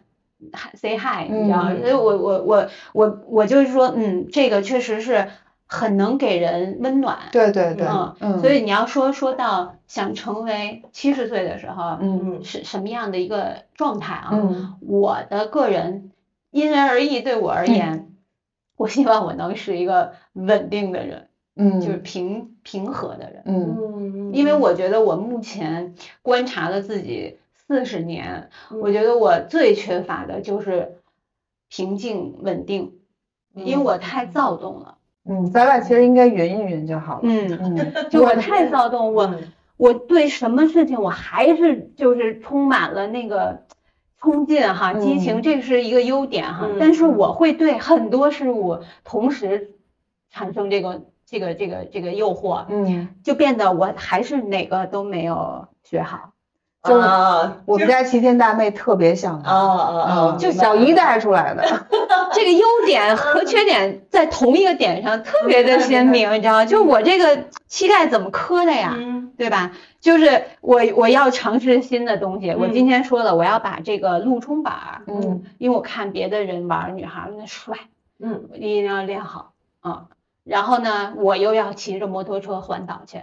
S6: hi- say hi，你知道吗？
S2: 嗯
S6: 所以我我我我我就是说，嗯，这个确实是很能给人温暖。
S4: 嗯，对对对，
S6: 嗯
S4: 嗯，
S6: 所以你要说说到想成为七十岁的时候
S4: 嗯
S2: 嗯
S6: 是什么样的一个状态啊？
S4: 嗯
S6: 我的个人因人而异，对我而言。我希望我能是一个稳定的人，
S4: 嗯，
S6: 就是平平和的人。
S4: 嗯
S2: 嗯，
S6: 因为我觉得我目前观察了自己四十年，
S2: 嗯
S6: 我觉得我最缺乏的就是平静稳定，
S2: 嗯
S6: 因为我太躁动了。
S4: 嗯，咱俩其实应该匀一匀就好了，
S6: 嗯，
S4: 嗯
S6: 就我太躁动，我
S2: 嗯
S6: 我对什么事情我还是就是充满了那个冲劲哈，
S4: 嗯
S6: 激情，这是一个优点哈
S2: 嗯。
S6: 但是我会对很多事物同时产生这个这个这个这个诱惑，
S4: 嗯，
S6: 就变得我还是哪个都没有学好。
S4: 就
S2: 啊
S4: 我们家齐天大妹特别像
S2: 啊
S4: 他，
S2: 啊啊，
S4: 嗯就小姨带出来的，
S6: 这个优点和缺点在同一个点上特别的鲜明，你知道吗？就我这个膝盖怎么磕的
S4: 啊
S6: 呀，
S2: 嗯
S6: 对吧？就是我我要尝试新的东西。我今
S2: 嗯
S6: 天说了，我要把这个陆冲板儿，
S4: 嗯
S6: 因为我看别的人玩儿，女孩儿那帅，
S2: 嗯
S6: 我一定要练好啊。然后呢，我又要骑着摩托车环岛 去，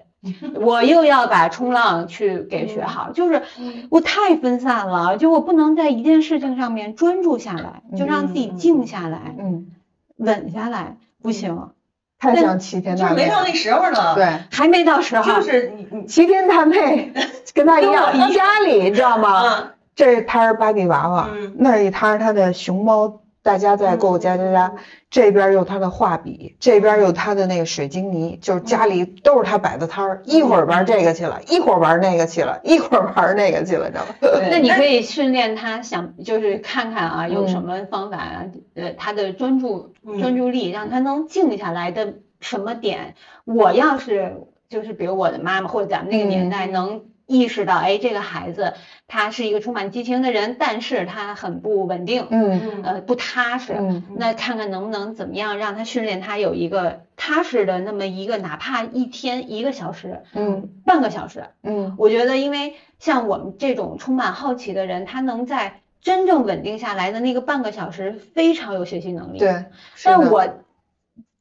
S6: 我又要把冲浪去
S2: 嗯
S6: 给学好，就是我太分散了，就我不能在一件事情上面专注下来，就让自己
S2: 嗯嗯
S6: 静下来、
S4: 嗯，
S6: 稳下来，不行，
S2: 嗯
S4: 太像齐天
S2: 就
S4: 大
S2: 是
S4: 妹
S2: 没到
S4: 了，
S2: 那时候呢，，
S4: 对。
S6: 还没到时
S2: 就。
S6: 候
S2: 是你你
S4: 齐天大妹 跟她一样，宜家里你知道吗？
S2: 啊，
S4: 这摊儿芭比娃娃
S2: 嗯，
S4: 那儿一摊儿她的熊猫大家在过过家家
S2: 嗯
S4: 家，这边有他的画笔，这边有他的那个水晶泥，就是家里都是他摆的摊儿，一会儿玩这个去了，
S2: 嗯
S4: 一会儿玩那个去了，一会儿玩那个去了，知道吧？
S6: 那你可以训练他想，就是看看啊，有什么方法啊，呃，他的专注
S4: 嗯
S6: 专注力，让他能静下来的什么点。我要是就是比如我的妈妈或者咱们那个年
S4: 嗯
S6: 代能意识到，哎，这个孩子他是一个充满激情的人，但是他很不稳定，
S4: 嗯
S6: 呃，不踏实。
S4: 嗯
S6: 那看看能不能怎么样让他训练他有一个踏实的那么一个，哪怕一天一个小时、
S4: 嗯
S6: 半个小时，
S4: 嗯
S6: 我觉得，因为像我们这种充满好奇的人，他能在真正稳定下来的那个半个小时非常有学习能力。，
S4: 对。是
S6: 但
S4: 的
S6: 我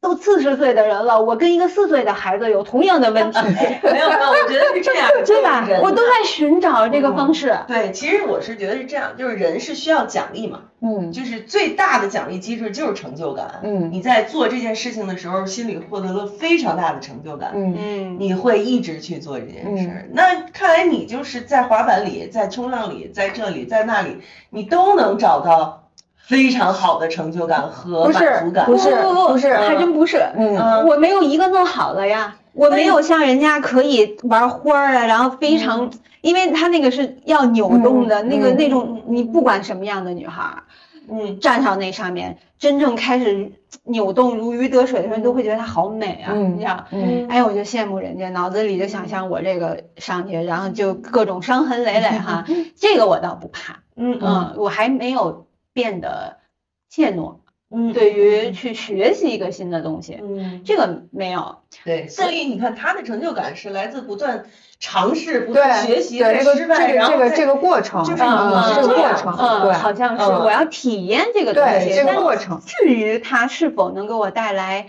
S6: 都四十岁的人了，我跟一个四岁的孩子有同样的问题，
S2: 没有没有，我觉得是这样，
S6: 对吧
S2: 就是人？
S6: 啊我都在寻找这个方式。
S2: 对，其实我是觉得是这样，就是人是需要奖励嘛，
S4: 嗯
S2: 就是最大的奖励机制就是成就感。
S4: 嗯
S2: 你在做这件事情的时候，心里获得了非常大的成就感，
S4: 嗯
S6: 嗯，
S2: 你会一直去做这件事儿。那看来你就是在滑板里，在冲浪里，在这里，在那里，你都能找到非常好的成就感和
S6: 不是
S2: 满足感。
S4: 不是
S6: 不不
S4: 不是
S6: 哦还真不是。哎
S4: 嗯
S2: 嗯
S6: 我没有一个弄好的呀，我没有像人家可以玩花儿啊，然后非常，因为他那个是要扭动的，
S4: 嗯
S6: 那个
S4: 嗯
S6: 那种你不管什么样的女孩儿，
S2: 嗯，
S6: 站上那上面，真正开始扭动如鱼得水的时候，你都会觉得它好美啊，
S4: 嗯
S6: 你知道。
S4: 嗯
S6: 哎，我就羡慕人家，脑子里就想象我这个上去，然后就各种伤痕累累 哈。这个我倒不怕，
S2: 嗯
S6: 嗯，我还没有变得怯懦，
S2: 嗯，
S6: 对于去学习一个新的东西，
S2: 嗯，
S6: 这个没有。
S2: 对，所以你看他的成就感是来自不断尝试、不断
S4: 对
S2: 学习、
S4: 对这个
S2: 失败，
S4: 这个
S2: 然后
S4: 这个
S2: 再
S4: 这个过程，
S2: 就是
S4: 嗯
S2: 你是
S4: 这个
S2: 这
S4: 过
S2: 样
S4: 程，
S6: 嗯，
S4: 对
S6: 好像是
S4: 嗯
S6: 我要体验这个东西，
S4: 对这
S6: 但
S4: 个过程，
S6: 至于它是否能给我带来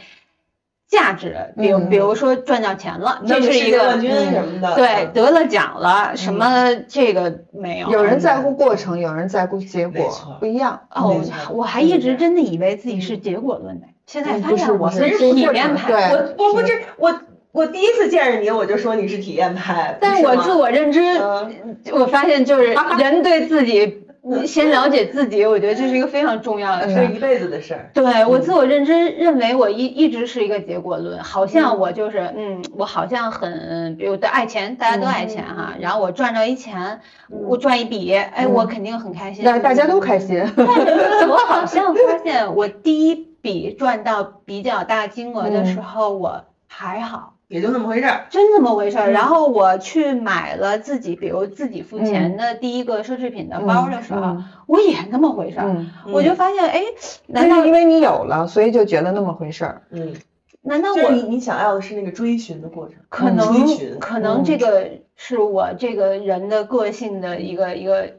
S6: 价值，比如、
S4: 嗯
S6: 比如说赚到钱了，这
S2: 弄个
S6: 是
S2: 世
S6: 一
S2: 界
S6: 个
S2: 冠军什么的，
S6: 对
S2: 嗯，
S6: 得了奖了，什么这个没有。
S4: 嗯
S6: 嗯
S4: 有人在乎过程，有人在乎结
S2: 没
S4: 果
S2: 错，
S4: 不一样。
S6: 哦
S2: 没错，
S6: 我还一直真的以为自己是结果论的，现在发现我
S4: 嗯不是
S6: 体
S4: 不是
S6: 验派。
S4: 对
S2: 嗯我我不知我我第一次见着你，我就说你是体验派，
S6: 但
S2: 不
S6: 我
S2: 是吗
S6: 自我认知，
S2: 嗯
S6: 我发现就是 人对自己，先了解自己，我觉得这是一个非常重要的事
S4: 嗯
S6: 儿。
S2: 这一辈子的事儿，
S6: 对我自我认知认为我一一直是一个结果论，好像我就是嗯，我好像很，比如对爱钱，大家都爱钱
S4: 嗯
S6: 哈，然后我赚着一钱，我赚一笔，哎，我肯定很开心。
S4: 那大家都开心，
S6: 我好像发现我第一笔赚到比较大金额的时
S4: 嗯
S6: 候，我还好。
S2: 也就那么回事儿。
S6: 真这么回事儿，
S4: 嗯
S6: 然后我去买了自己，比如自己付钱的第一个奢侈品的包的时候，
S4: 嗯
S6: 我也那么回事儿，
S4: 嗯，
S6: 我就发现，哎，难
S4: 但
S6: 道
S4: 是因为你有了，所以就觉得那么回事儿。
S2: 嗯，
S6: 难道
S2: 就是
S6: 我
S2: 你你想要的是那个追寻的过程，
S6: 可
S2: 嗯
S6: 能
S2: 追寻，
S6: 可能这个是我这个人的个性的一个一个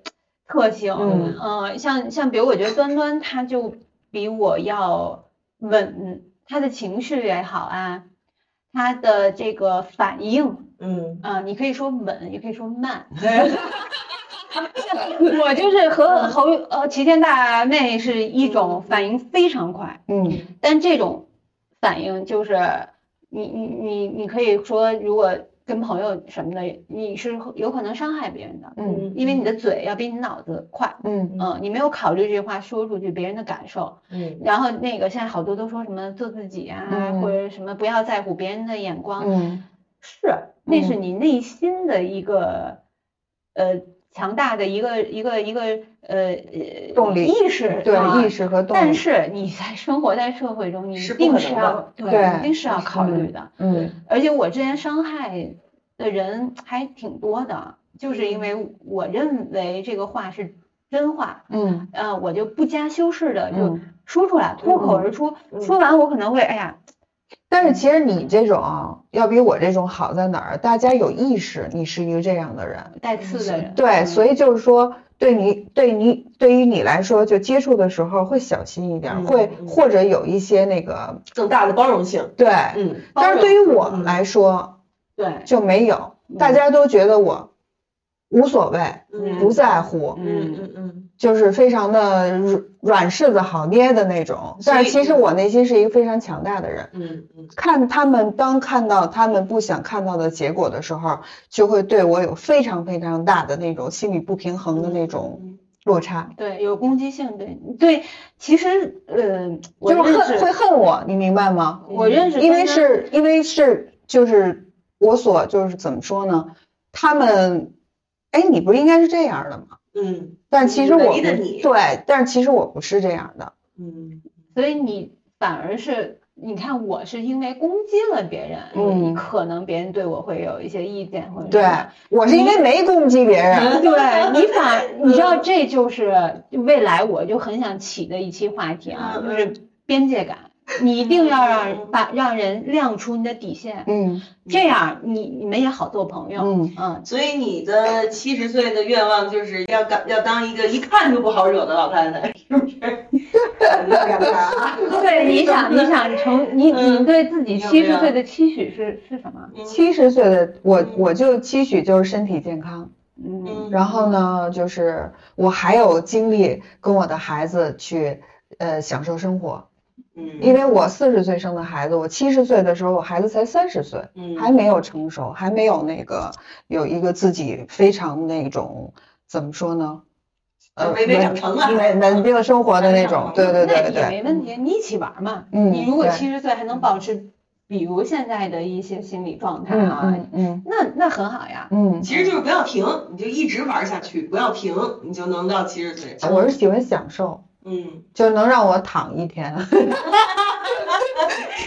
S6: 特性。
S4: 嗯
S6: 呃像像比如我觉得端端他就比我要稳，他的情绪也好啊，他的这个反应
S2: 嗯，
S6: 啊、呃你可以说稳，也可以说慢。
S2: 对，
S6: 我就是和侯呃齐天大妹是一种反应非常快，
S4: 嗯
S6: 但这种反应就是你你你你可以说，如果跟朋友什么的，你是有可能伤害别人的，
S4: 嗯
S6: 因为你的嘴要比你脑子快。
S4: 嗯
S6: 嗯，你没有考虑这句话说出去别人的感受，
S2: 嗯
S6: 然后那个现在好多都说什么做自己啊，
S4: 嗯
S6: 或者什么不要在乎别人的眼光，
S4: 嗯
S6: 是，那是你内心的一个，呃，强大的一个一个一个呃呃
S4: 动力
S6: 意识，啊
S4: 对，意识和动
S6: 但
S4: 力，
S6: 是你在生活在社会中，你一
S2: 是不
S6: 定
S2: 可
S6: 是
S2: 能
S6: 要
S2: 的
S6: 对，
S4: 对
S6: 一定是要考虑的。
S4: 嗯
S6: 而且我之前伤害的人还挺多的，就是因为我认为这个话是真话，
S4: 嗯
S6: 呃，我就不加修饰的就
S4: 嗯。
S6: 说出来，脱口而出。说完我可能会哎呀，
S4: 但是其实你这种啊要比我这种好在哪儿？大家有意识，你是一个这样的人。
S6: 带刺的人。
S4: 对，
S6: 嗯
S4: 所以就是说，对你对你对于你来说，就接触的时候会小心一点，
S2: 嗯
S4: 会
S2: 嗯
S4: 或者有一些那个
S2: 更大的包容性，
S4: 对。
S2: 嗯，
S4: 但是对于我们来说
S6: 对，
S4: 就没有，大家都觉得我无所谓，
S2: 嗯
S4: 不在乎，
S2: 嗯嗯嗯，
S4: 就是非常的软软柿子好捏的那种。
S2: 所以
S4: 但是其实我内心是一个非常强大的人。
S2: 嗯嗯
S4: 看他们，当看到他们不想看到的结果的时候，就会对我有非常非常大的那种心理不平衡的那种落差，
S6: 对，有攻击性，对对，其实呃，我
S4: 就是
S6: 认
S4: 恨
S6: 识
S4: 会恨我，你明白吗？
S6: 我认识，
S4: 因为是因为是就是我所就是怎么说呢？他们，哎，你不是应该是这样的吗？
S2: 嗯
S4: 但其实我
S2: 唯一的
S4: 不
S2: 你
S4: 对，但是其实我不是这样的。
S2: 嗯
S6: 所以你反而是，你看我是因为攻击了别人，
S4: 嗯
S6: 可能别人对我会有一些意见或者
S4: 对
S6: 什么
S4: 我是因为没攻击别人，
S6: 对你反，你知道这就是未来我就很想起的一期话题啊，
S2: 嗯
S6: 就是边界感，你一定要
S2: 嗯
S6: 让把让人亮出你的底线，
S4: 嗯
S6: 这样你你们也好做朋友，
S4: 嗯
S6: 嗯，
S2: 所以你的七十岁的愿望就是要干要当一个一看就不好惹的老太太，是不是？
S4: 啊
S6: 对，你想你想成你
S2: 嗯
S6: 你对自己
S2: 有
S6: 七
S2: 没
S6: 十
S2: 有
S6: 岁的期许是是什么？
S4: 嗯七十岁的我
S2: 嗯
S4: 我就期许就是身体健康，
S6: 嗯，
S4: 然后呢，就是我还有精力跟我的孩子去呃享受生活，
S2: 嗯，
S4: 因为我四十岁生的孩子，我七十岁的时候我孩子才三十岁。
S2: 嗯
S4: 还没有成熟，还没有那个有一个自己非常那种怎么说呢？呃，
S2: 就没没长成啊
S4: 稳稳稳定生活的那种，对对对
S6: 那也
S4: 对，
S6: 没问题，你一起玩嘛。
S4: 嗯
S6: 你如果
S4: 对
S6: 七十岁还能保持，比如现在的一些心理状态
S4: 嗯
S6: 啊，
S4: 嗯嗯
S6: 那那很好呀。
S4: 嗯，
S2: 其实就是不要停，你就一直玩下去，不要停，你就能到七十岁。
S4: 我是喜欢享受，
S2: 嗯，
S4: 就能让我躺一天。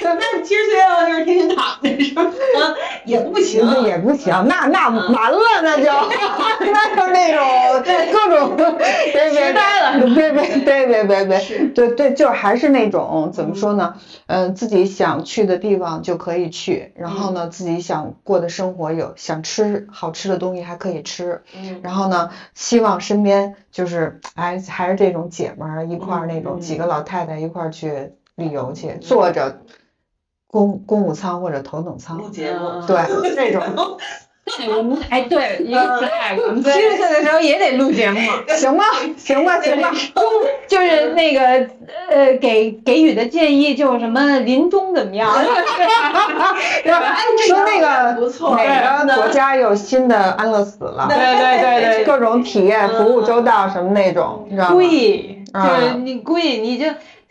S2: 那七十岁愿望就是天天躺着是吧？ 嗯也不行，
S4: 那也不行，那那完了，那 就那就那种各种别别呆了，别别别别别别，对对，就是还是那种怎么说呢？嗯，自己想去的地方就可以去，然后呢，自己想过的生活有想吃好吃的东西还可以吃，
S2: 嗯
S4: 然后呢，希望身边就是哎还是这种姐们儿一块儿那种
S2: 嗯
S4: 几个老太太一块儿去旅游去，坐着公公务舱或者头等舱
S2: 录。节
S4: 嗯
S2: 目。
S4: 对，这种
S6: 对，我们哎，对，一个 flag，我们
S9: 七十岁的时候也得录节目，
S4: 行吧，行吧，行吧，
S6: 就是那个呃，给给予的建议就是什么临终怎么样？
S4: 然后说那个
S2: 不错，
S4: 哪个国家有新的安乐死了，
S9: 对对对对，
S4: 各种体验、服务周到什么那种，你知道 吗？
S6: 贵，就是
S4: 啊
S6: 你贵，你就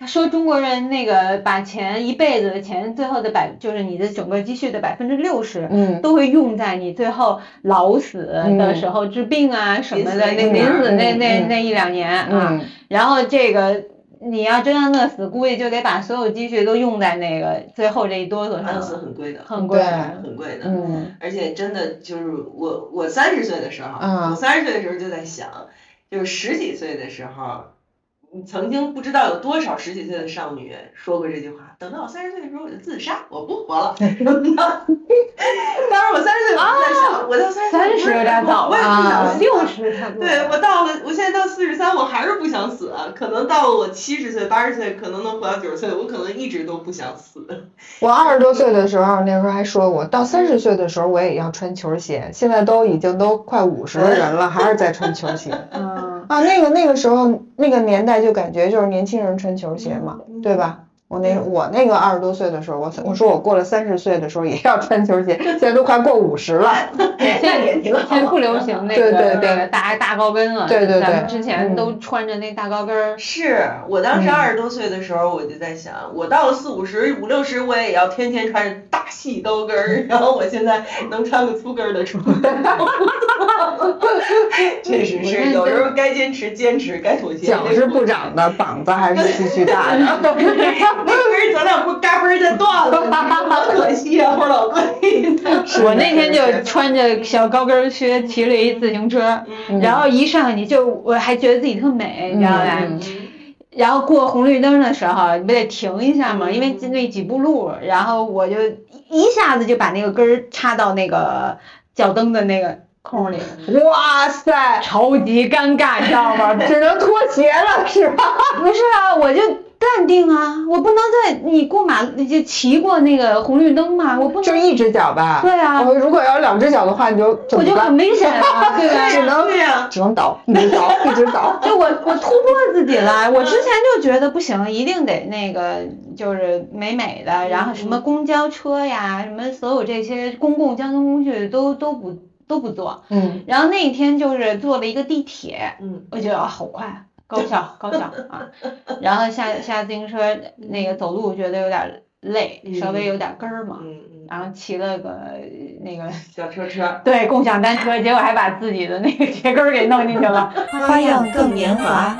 S6: 说中国人那个把钱一辈子的钱，最后的百就是你的整个积蓄的百分之六十，
S4: 嗯，
S6: 都会用在你最后老死的时候治病啊什么的，
S2: 临死
S6: 那
S4: 那一
S6: 临死那
S4: 年嗯
S6: 那
S4: 嗯
S6: 那一两年啊，
S4: 嗯，
S6: 然后这个你要真安乐死，估计就得把所有积蓄都用在那个最后这一哆嗦
S2: 安乐死
S6: 上，
S2: 很贵的，
S6: 很贵。
S4: 对
S2: 很贵的。
S4: 嗯，
S2: 而且真的就是我，我三十岁的时候，
S4: 嗯
S2: 我三十岁的时候就在想，就是十几岁的时候，你曾经不知道有多少十几岁的少女说过这句话。等到我三十岁的时候，我就自杀，我不活 了。 当时我三十岁，我就在想，我到三十岁
S6: 啊三十有点早
S2: 我
S6: 了
S2: 也不
S6: 啊
S2: 想，死
S6: 六十差不多。
S2: 对我到了，我现在到四十三，我还是不想死啊。可能到了我七十岁、八十岁，可能能活到九十岁，我可能一直都不想死。
S4: 我二十多岁的时候，那时候还说我到三十岁的时候我也要穿球鞋，现在都已经都快五十的人了，还是在穿球鞋
S6: 嗯，
S4: 啊。那个那个时候那个年代就感觉就是年轻人穿球鞋嘛，
S6: 嗯
S4: 对吧？我那我那个二十多岁的时候，我我说我过了三十岁的时候也要穿球鞋，现在都快过五十了。
S6: 现在哎也挺现在不流行那个
S4: 对对对
S6: 那个大大高跟了，
S4: 对对对
S6: 咱们之前
S4: 嗯
S6: 都穿着那大高跟儿。
S2: 是我当时
S4: 嗯
S2: 二十多岁的时候，我就在想，我到了四五十、五六十，我也要天天穿着大细高跟儿， 然后我现在能穿个粗跟儿的 出门。确实是，有时候该坚持坚持，该妥协。
S4: 脚是不长的，膀子还是继续大的。
S2: 那根儿咱俩不嘎嘣儿就断了，好可惜啊，花老贵。
S6: 我那天就穿着小高跟靴骑了一自行车，
S2: 嗯
S6: 然后一上去就我还觉得自己特美，你知道吧？
S4: 嗯
S6: 然后过红绿灯的时候，你不得停一下吗？因为就那几步路，然后我就一下子就把那个根儿插到那个脚蹬的那个空里，
S4: 哇塞，
S6: 超级尴尬，你知道吗？
S4: 只能脱鞋了是吧？
S6: 不是啊，我就淡定啊，我不能在你过马路就骑过那个红绿灯嘛，我不
S4: 就
S6: 能。
S4: 一只脚吧。
S6: 对啊
S4: 我如果要两只脚的话，你就怎
S6: 我
S4: 么
S6: 就很
S4: 办？
S6: 危险啊，对啊吧？
S4: 只能
S2: 对呀
S4: 只能倒，一直倒，一直倒。
S6: 就我我突破自己了，我之前就觉得不行，一定得那个就是美美的，然后什么公交车呀，什么所有这些公共交通工具都都不都不做。
S4: 嗯，
S6: 然后那一天就是坐了一个地铁，
S2: 嗯
S6: 我觉得啊好快，高效高效啊。然后下下自行车那个走路觉得有点累，稍微有点根儿嘛。
S2: 嗯嗯，
S6: 然后骑了个那个
S2: 小车车，
S6: 对共享单车，结果还把自己的那个鞋跟儿给弄进去了。
S5: 花样更年华。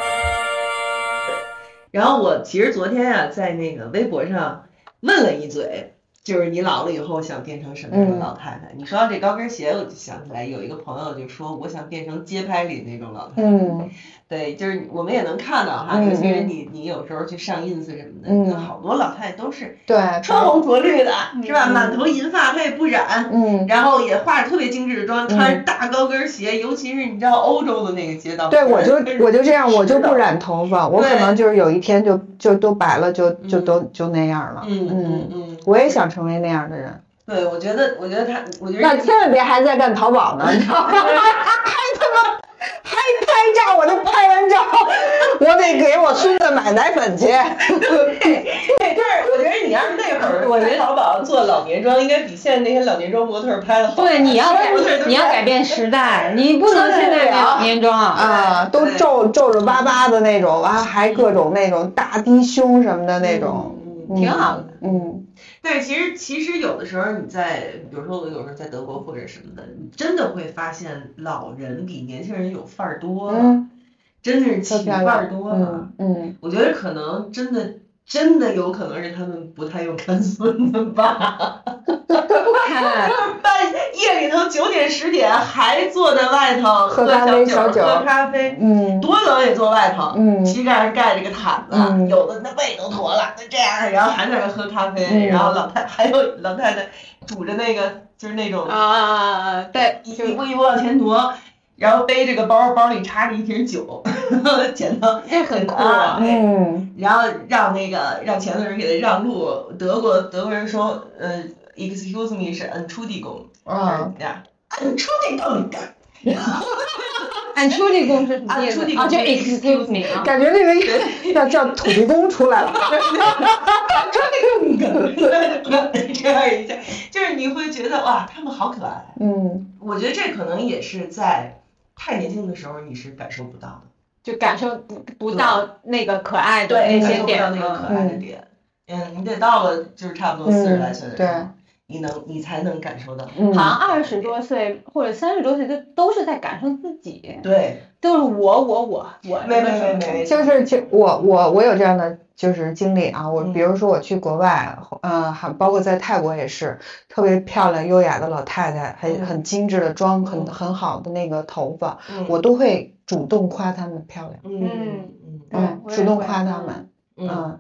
S2: 然后我其实昨天啊，在那个微博上问了一嘴，就是你老了以后想变成什么样
S4: 嗯
S2: 的老太太？你说到这高跟鞋，我就想起来有一个朋友就说，我想变成街拍里那种老太太。
S4: 嗯
S2: 对，就是我们也能看到哈，
S4: 嗯
S2: 尤其是你你有时候去上 ins 什么的，
S4: 嗯
S2: 你看好多老太太都是
S4: 对，
S2: 穿红着绿的，是吧？满头银发，她也不染。
S4: 嗯，
S2: 然后也化着特别精致的妆，穿着大高跟鞋，尤其是你知道欧洲的那个街道，
S4: 对我就我就这样，我就是
S2: 的
S4: 不染头发，我可
S2: 对
S4: 能就是有一天就就都白了，就就
S2: 嗯
S4: 都就那样了。
S2: 嗯嗯嗯，
S4: 我也想成为那样的人，
S2: 对，我觉得，我觉得他，我觉得
S4: 那千万别还在干淘宝呢，你知道吗？还他妈还拍照，我都拍完照，我得给我孙子买奶粉去。
S2: 对，就是我觉得你要是那会儿，我觉得淘宝做老年妆，应该比现在那些老年妆模特儿拍的好。
S6: 对，你要改
S2: 模特儿都，
S6: 你要改变时代，你不能现在没有年妆啊。
S4: 啊，都
S2: 对
S4: 皱皱皱巴巴的那种，完了还各种那种大低胸什么的那种，
S2: 嗯。嗯
S4: 嗯
S6: 挺好的。
S4: 嗯
S2: 但是其实其实有的时候你在，比如说我有时候在德国或者什么的，你真的会发现老人比年轻人有范儿多了，
S4: 嗯，
S2: 真的是
S4: 特
S2: 起
S4: 漂
S2: 范儿
S4: 亮，
S2: 多了。
S4: 嗯嗯，
S2: 我觉得可能真的真的有可能是他们不太用看孙子吧。
S6: 看，
S2: 半夜里头九点十点还坐在外头
S4: 喝
S2: 喝
S4: 咖啡小酒
S2: 喝咖啡，
S4: 嗯
S2: 多冷也坐外头，
S4: 嗯
S2: 膝盖上盖着个毯子，
S4: 嗯
S2: 有的那胃都驼了，那这样，然后还在那喝咖啡，
S4: 嗯
S2: 然后老太还有老太太拄着那个就是那种
S6: 啊，对，
S2: 一一步一步往前挪，然后背着个包，包里插着一瓶酒， 捡到
S6: 这很酷
S2: 啊
S6: 啊。
S2: 对
S4: 嗯
S2: 然后让那个让前头人给他让路，德国德国人说，呃，excuse me 是 e n t r u d i g u n
S4: 啊，
S2: e n t r u d i g u n
S6: 俺出这公是什么意思
S2: Entschuldigung
S6: 啊？就 excuse me 啊。
S4: 感觉这个叫叫土地公出 来了，
S2: 这样一下，就是你会觉得哇，他们好可爱。
S4: 嗯
S2: 我觉得这可能也是在太年轻的时候你是感受不到的，
S6: 就感受不不到那个可爱的那
S2: 感
S6: 些
S2: 受不
S6: 点
S2: 到那个可
S6: 了。
S2: 爱的点。嗯，你得到了就是差不多四十来岁的时候，
S4: 嗯
S2: 你能你才能感受到。
S4: 嗯，
S6: 好像二十多岁或者三十多岁，就都是在感受自己，
S2: 对，
S6: 就是我我我我。
S2: 没没没没，
S4: 就是其我我我有这样的就是经历啊，
S2: 嗯
S4: 我比如说我去国外，呃，还包括在泰国也是，特别漂亮优雅的老太太，很很精致的妆，很很好的那个头发，
S2: 嗯
S4: 我都会主动夸她们漂亮，
S2: 嗯嗯
S6: 对
S4: 嗯，
S6: 我也
S4: 主动
S6: 会
S4: 夸她们，
S2: 嗯嗯，
S4: 嗯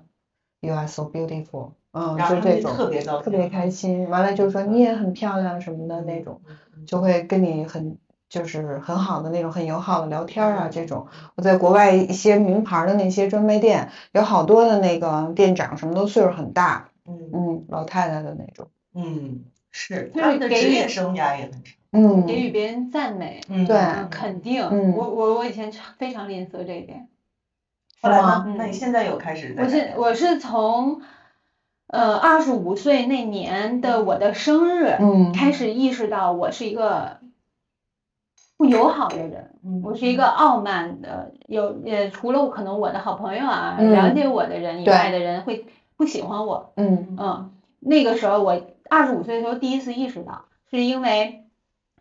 S4: ，You are so beautiful，嗯，
S2: 然后
S4: 就
S2: 他
S4: 这
S2: 们
S4: 种
S2: 特别嗯高兴，
S4: 特别开心，完了就说你也很漂亮什么的那种，就会跟你很。就是很好的那种，很友好的聊天啊，这种。我在国外一些名牌的那些专卖店，有好多的那个店长，什么都岁数很大，
S2: 嗯
S4: 嗯，老太太的那种，
S2: 嗯是，
S6: 就是
S2: 他们的
S6: 给
S2: 职
S6: 予
S2: 业生涯也很长。
S4: 嗯
S6: 给予别人赞美，
S2: 嗯
S4: 对
S6: 嗯，肯定。
S4: 嗯
S6: 我我我以前非常吝啬这一点。
S2: 后来呢？
S6: 嗯
S2: 那你现在有开始在
S6: 我是我是从，呃，二十五岁那年的我的生日
S4: 嗯
S6: 开始意识到我是一个不友好的人，
S2: 嗯
S6: 我是一个傲慢的，有也除了我可能我的好朋友啊，
S4: 嗯
S6: 了解我的人以
S4: 对
S6: 外的人会不喜欢我，
S4: 嗯
S6: 嗯，那个时候我二十五岁的时候第一次意识到，是因为。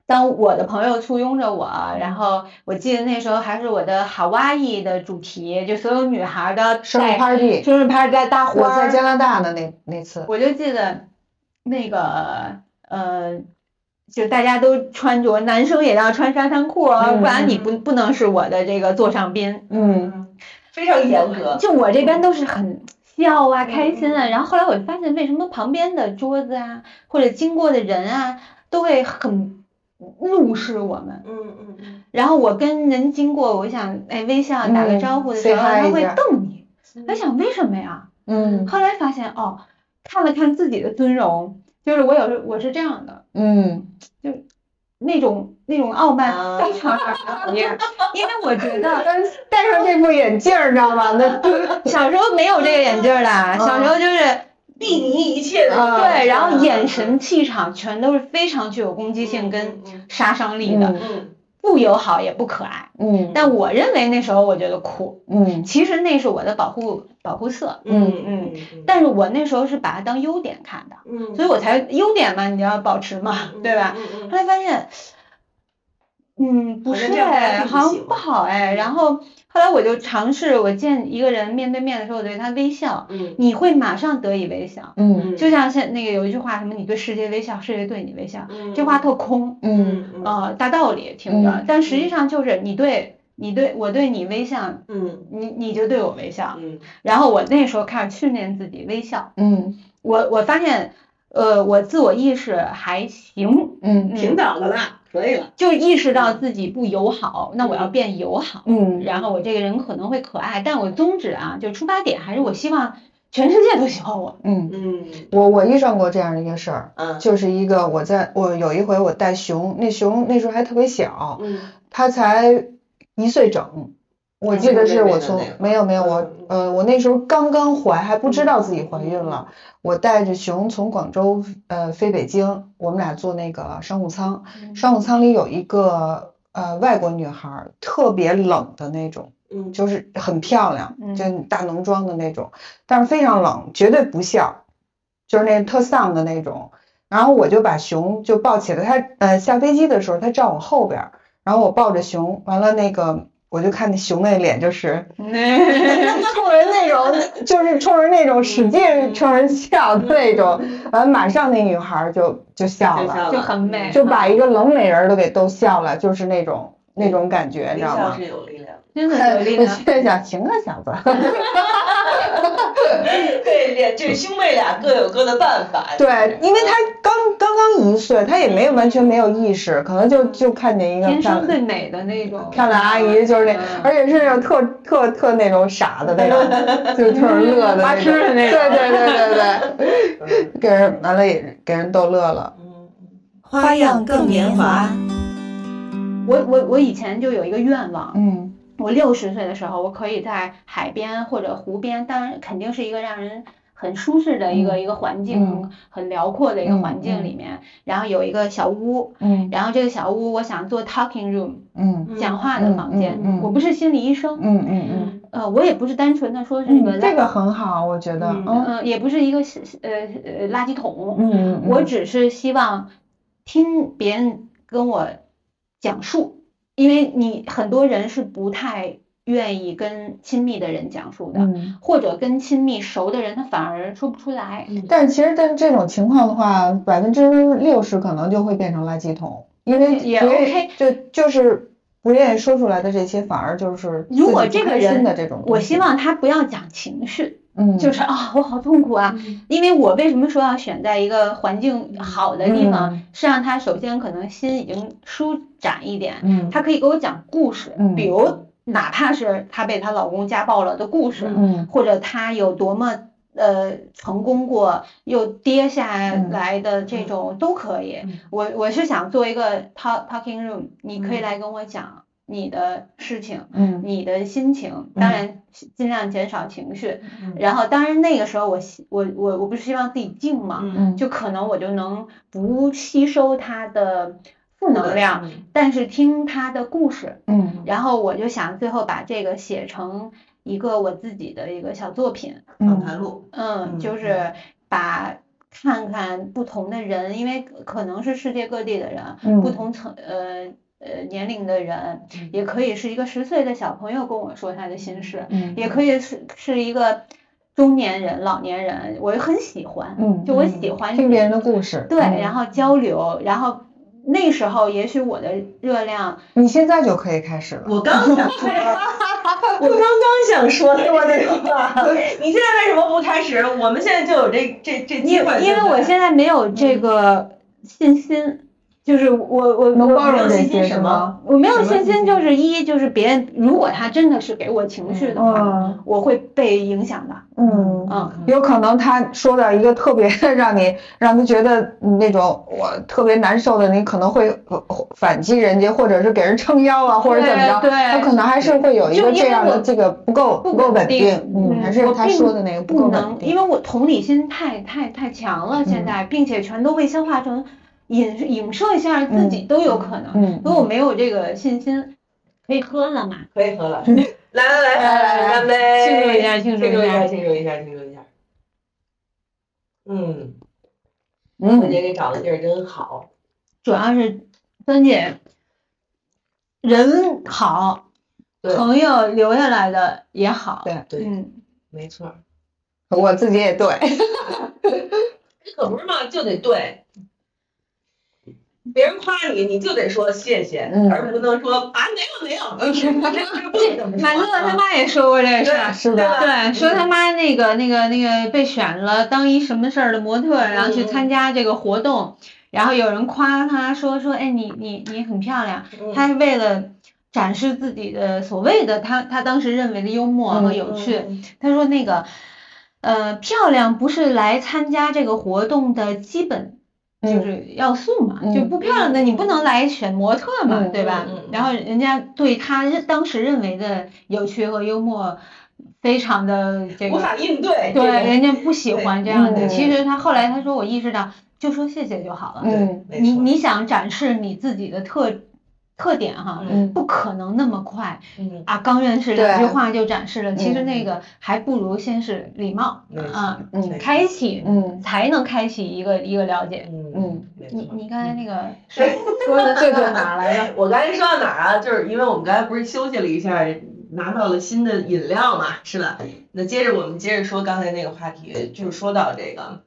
S6: 当我的朋友簇拥着我，啊然后我记得那时候还是我的 Hawaii 的主题，就所有女孩的
S4: 生
S6: 带
S4: 日 party，
S6: 生日派带大
S4: 我
S6: 花
S4: 在
S6: 儿，
S4: 加拿大的那那次，
S6: 我就记得那个呃，就大家都穿着，男生也要穿沙滩裤啊，
S4: 嗯
S6: 不然你不不能是我的这个座上宾。
S4: 嗯
S2: 非常严格，
S6: 就我这边都是很笑
S4: 嗯
S6: 啊、开心啊，然后后来我就发现，为什么旁边的桌子啊，或者经过的人啊，都会很怒视我们。
S2: 嗯嗯嗯，
S6: 然后我跟人经过，我想哎微笑打个
S4: 嗯
S6: 招呼的
S4: say
S6: 时候，
S4: hi
S6: 他
S4: 一
S6: 会
S4: 下
S6: 瞪你。我想为什么呀？
S4: 嗯
S6: 后来发现哦，看了看自己的尊容，就是我有时我是这样的，
S4: 嗯
S6: 那种那种傲慢
S2: 啊
S6: 非常让人讨厌，因为我觉得
S4: 但是戴上这副眼镜儿，知道吗？那
S6: 啊
S4: 嗯
S6: 小时候没有这个眼镜儿的，小时候就是
S2: 嗯避离一切的，
S4: 啊
S6: 对，然后眼神、
S2: 嗯
S6: 气场全都是非常具有攻击性跟
S2: 嗯
S6: 杀伤力的，
S2: 嗯
S6: 不友好也不可爱。
S4: 嗯
S6: 但我认为那时候我觉得酷，
S4: 嗯
S6: 其实那是我的保护保护色，
S2: 嗯
S6: 嗯
S2: 嗯，
S6: 但是我那时候是把它当优点看的，
S2: 嗯，
S6: 所以我才优点嘛，你要保持嘛，对吧？
S2: 嗯？嗯嗯
S6: 后来发现，嗯，不
S2: 好像
S6: 是
S2: 这样大家
S6: 哎，
S2: 并不
S6: 好
S2: 喜
S6: 像
S2: 欢
S6: 不好哎。然后后来我就尝试，我见一个人面对面的时候，我对他微笑，
S2: 嗯
S6: 你会马上得以微笑。
S4: 嗯
S2: 嗯，
S6: 就像现那个有一句话，什么你对世界微笑，世界对你微笑，
S2: 嗯
S6: 这话特空，
S4: 嗯
S2: 嗯嗯
S6: 呃，大道理听着
S4: 嗯，
S6: 但实际上就是你对你对我对你微笑，
S2: 嗯
S6: 你你就对我微笑。
S2: 嗯
S6: 然后我那时候开始训练自己微笑，
S4: 嗯
S6: 我我发现，呃，我自我意识还行，
S4: 嗯
S2: 平等的啦，可以了。
S6: 就意识到自己不友好，那我要变友好，
S4: 嗯
S6: 然后我这个人可能会可爱，但我宗旨啊，就出发点还是我希望全世界都喜欢我。
S4: 嗯，
S2: 嗯
S4: 我我遇上过这样的一个事儿，
S2: 嗯
S4: 就是一个我在我有一回我带熊，那熊那时候还特别小，
S2: 嗯
S4: 它才一岁整。我记得是我从
S2: 嗯
S4: 没有没有我
S2: 嗯
S4: 呃我那时候刚刚怀还不知道自己怀孕了，
S2: 嗯
S4: 我带着熊从广州呃飞北京，我们俩坐那个商务舱，
S2: 嗯
S4: 商务舱里有一个呃外国女孩儿，特别冷的那种，
S2: 嗯
S4: 就是很漂亮，
S6: 嗯
S4: 就大浓妆的那种，但是非常冷，绝对不笑，就是那特丧的那种。然后我就把熊就抱起来，它呃下飞机的时候，它站我后边儿，然后我抱着熊，完了那个我就看那熊那脸就是 冲人那种， 嗯就是冲人那种使劲 冲人笑的那种，完了马上那女孩儿就嗯就笑嗯了，
S6: 就很美
S4: 就把一个冷美人儿都给逗笑了，就是那种那种感觉，你
S2: 微
S4: 知道
S2: 笑
S4: 吗？
S2: 是有力量的，
S6: 真的有力
S4: 我
S6: 量。
S4: 现在想，行啊，小子，
S2: 对，两这兄妹俩各有各的办法。
S4: 对，因为他刚刚刚一岁，他也没有完全没有意识，可能就就看见一个
S6: 天
S4: 漂
S6: 生
S4: 亮
S6: 最美的那种，
S4: 漂亮阿姨，就是那，而且是那种特特特那种傻的那种，就特乐的那种，
S6: 的那
S4: 对对对对对，给人完了也给人逗乐了，
S2: 嗯，
S5: 花样更年华，
S6: 嗯我我我以前就有一个愿望，
S4: 嗯
S6: 我六十岁的时候，我可以在海边或者湖边，当然肯定是一个让人很舒适的一个、
S4: 嗯
S6: 一个环境，
S4: 嗯
S6: 很辽阔的一个环
S4: 嗯嗯
S6: 境里面，然后有一个小屋，
S4: 嗯
S6: 然后这个小屋我想做 talking room，、
S4: 嗯
S6: 讲话的房间。
S4: 嗯嗯嗯
S6: 我不是心理医
S4: 嗯
S6: 生，
S4: 嗯
S6: 呃，我也不是单纯的说是一
S4: 嗯
S6: 个
S4: 嗯，
S6: 垃
S4: 这个很好，我觉得，
S6: 嗯
S4: 嗯
S6: 呃也不是一个呃呃垃圾桶，
S4: 嗯，
S6: 我只是希望听别人跟我讲述，因为你很多人是不太愿意跟亲密的人讲述的，
S4: 嗯。
S6: 或者跟亲密熟的人他反而说不出来。
S4: 但是其实，但这种情况的话，百分之六十可能就会变成垃圾桶，因为
S6: 也
S4: 不愿意
S6: OK
S4: 就就是不愿意说出来的这些，反而就是
S6: 如果
S4: 自己
S6: 这
S4: 不
S6: 个
S4: 开心
S6: 人
S4: 的这种东西，
S6: 我希望他不要讲情绪，
S4: 嗯，
S6: 就是是啊、我好痛苦啊！因为我为什么说要选在一个环境好的地
S4: 嗯
S6: 方，是让他首先可能心已经舒展一点，
S4: 嗯
S6: 他可以给我讲故事，
S4: 嗯
S6: 比如哪怕是她被她老公家暴了的故事，
S4: 嗯
S6: 或者她有多么呃成功过又跌下
S4: 嗯
S6: 来的这种、都可以。
S4: 嗯
S6: 我我是想做一个 talk talking room，你可以来跟我讲你的事情。
S4: 嗯
S6: 你的心情，
S4: 嗯
S6: 当然尽量减少情绪，
S2: 嗯
S6: 然后当然那个时候我希我我我不是希望自己静嘛，
S2: 嗯，
S4: 嗯
S6: 就可能我就能不吸收他的负能量，但是听他的故事，
S4: 嗯
S6: 然后我就想最后把这个写成一个我自己的一个小作品，
S2: 访
S4: 嗯
S2: 谈录，嗯
S6: 嗯，就是把看看不同的人，因为可能是世界各地的人，
S4: 嗯
S6: 不同层呃呃年龄的人
S2: 嗯，
S6: 也可以是一个十岁的小朋友跟我说他的心事，
S4: 嗯
S6: 也可以是是一个中年人、老年人，我很喜欢，
S4: 嗯，
S6: 就我
S4: 嗯
S6: 喜欢
S4: 听别人的故事，
S6: 对，
S4: 嗯
S6: 然后交流，然后那时候也许我的热量，
S4: 你现在就可以开始了，
S2: 我刚想说，我刚刚想说的我这个话，你现在为什么不开始？我们现在就有这这这
S6: 因
S2: 机
S6: 为
S2: 会，
S6: 因为我现在没有这个信心，就是我我
S4: 能
S6: 我
S4: 包
S6: 没
S4: 容
S6: 有
S4: 这
S6: 信心
S4: 些
S6: 什
S4: 是吗
S6: 么？我没有
S4: 什么
S6: 信
S4: 信
S6: 心，
S4: 心
S6: 就是一就是别人如果他真的是给我情绪的话，
S4: 嗯
S6: 我会被影响的。
S4: 嗯
S6: 嗯，
S4: 有可能他说到一个特别 让你让他觉得那种我特别难受的，你可能会呃反击人家，或者是给人撑腰啊，或者怎么着，
S6: 对对
S4: 他可能还是会有一
S6: 就
S4: 个
S6: 因
S4: 这
S6: 为
S4: 样的
S6: 我
S4: 这个不够
S6: 不
S4: 不够
S6: 稳
S4: 稳
S6: 定
S4: 定，嗯，还是
S6: 我
S4: 他
S6: 并
S4: 说的那个不够
S6: 不
S4: 稳
S6: 能，因
S4: 定，
S6: 为我同理心太太太强了，现在，并且全都被消化成影影射一下自己都有可能，
S4: 嗯，
S6: 所以我没有这个信心。可以喝了嘛？
S3: 可以喝了，
S2: 来来嗯来
S3: 来来来
S2: 干杯！
S6: 庆祝一下庆祝一
S2: 一
S6: 下
S2: 下，庆祝一下，庆祝一下。嗯，
S4: 嗯
S2: 姐给找的地儿真好。
S6: 主要是芬姐人好，
S2: 对
S6: 朋友留下来的也好。
S4: 对
S2: 对
S6: 嗯，
S2: 没错儿，
S4: 我自己也对，
S2: 可不是嘛，就得对。别人夸你，你就得说谢谢，
S4: 嗯
S2: 而不能说啊没有没 有，这不能这么说。
S6: 马乐他妈也说过这个事儿。
S4: 是
S2: 对嗯
S4: 吧？
S6: 啊对，说他妈那个那个那个被选了当一什么事儿的模特，然后去参加这个活动，然后有人夸她说说，哎，你你你很漂亮，
S2: 嗯
S6: 她是为了展示自己的所谓的她她当时认为的幽默和有
S2: 嗯
S6: 趣，她说那个，呃，漂亮不是来参加这个活动的基本。就是要素嘛，
S4: 嗯
S6: 就不漂亮的你不能来选模特嘛，
S4: 嗯
S6: 对吧？
S2: 嗯嗯嗯
S6: 然后人家对她认当时认为的有趣和幽默，非常的这
S2: 无
S6: 个
S2: 法应对。
S6: 对，
S2: 这种
S6: 人家不喜欢这样的。
S4: 嗯
S6: 其实他后来他说，我意识到，就说谢谢就好了。
S4: 嗯
S2: 没
S6: 你
S2: 错
S6: 你想展示你自己的特特点哈，
S4: 嗯
S6: 不可能那么快
S2: 嗯
S6: 啊，刚认识
S4: 对
S6: 两句话就展示了。其实
S4: 嗯
S6: 那个还不如先是礼貌
S2: 没错
S6: 啊，
S4: 嗯
S6: 开启
S4: 嗯
S6: 才能开启一个一个了解。
S2: 嗯
S4: 嗯，
S2: 没
S6: 你
S2: 错。
S6: 你刚才那 个说说的
S4: 对对
S6: 到 哪儿来着？
S2: 我刚才说到哪儿啊？就是因为我们刚才不是休息了一下，拿到了新的饮料嘛，是吧？那接着我们接着说刚才那个话题，就是说到这个，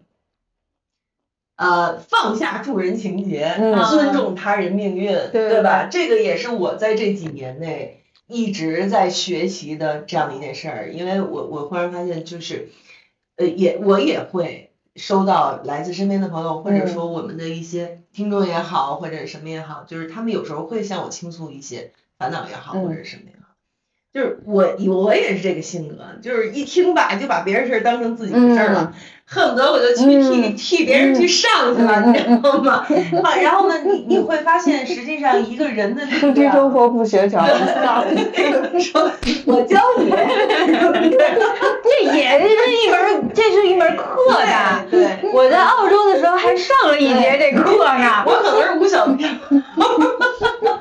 S2: 呃，放下助人情节，
S4: 嗯
S2: 尊重他人命运，
S6: 对
S2: 对吧？这个也是我在这几年内一直在学习的这样的一件事儿，因为我我忽然发现，就是，呃，也我也会收到来自身边的朋友，
S4: 嗯
S2: 或者说我们的一些听众也好，或者什么也好，就是他们有时候会向我倾诉一些烦恼也好，
S4: 嗯
S2: 或者什么也好。就是我，我也是这个性格，就是一听吧就把别人事儿当成自己的事儿了，恨不得我就去替、
S4: 嗯
S2: 替别人去上去了，你知道吗？啊，然后呢，你你会发现，实际上一个人的力
S4: 不知中
S2: 量，
S4: 国不 学潮，
S2: 说我教你，
S6: 这也是一门，这是一门 课的。
S2: 对对，
S6: 我在澳洲的时候还上了一节这课呢。
S2: 我可能是吴小彪，
S6: 小彪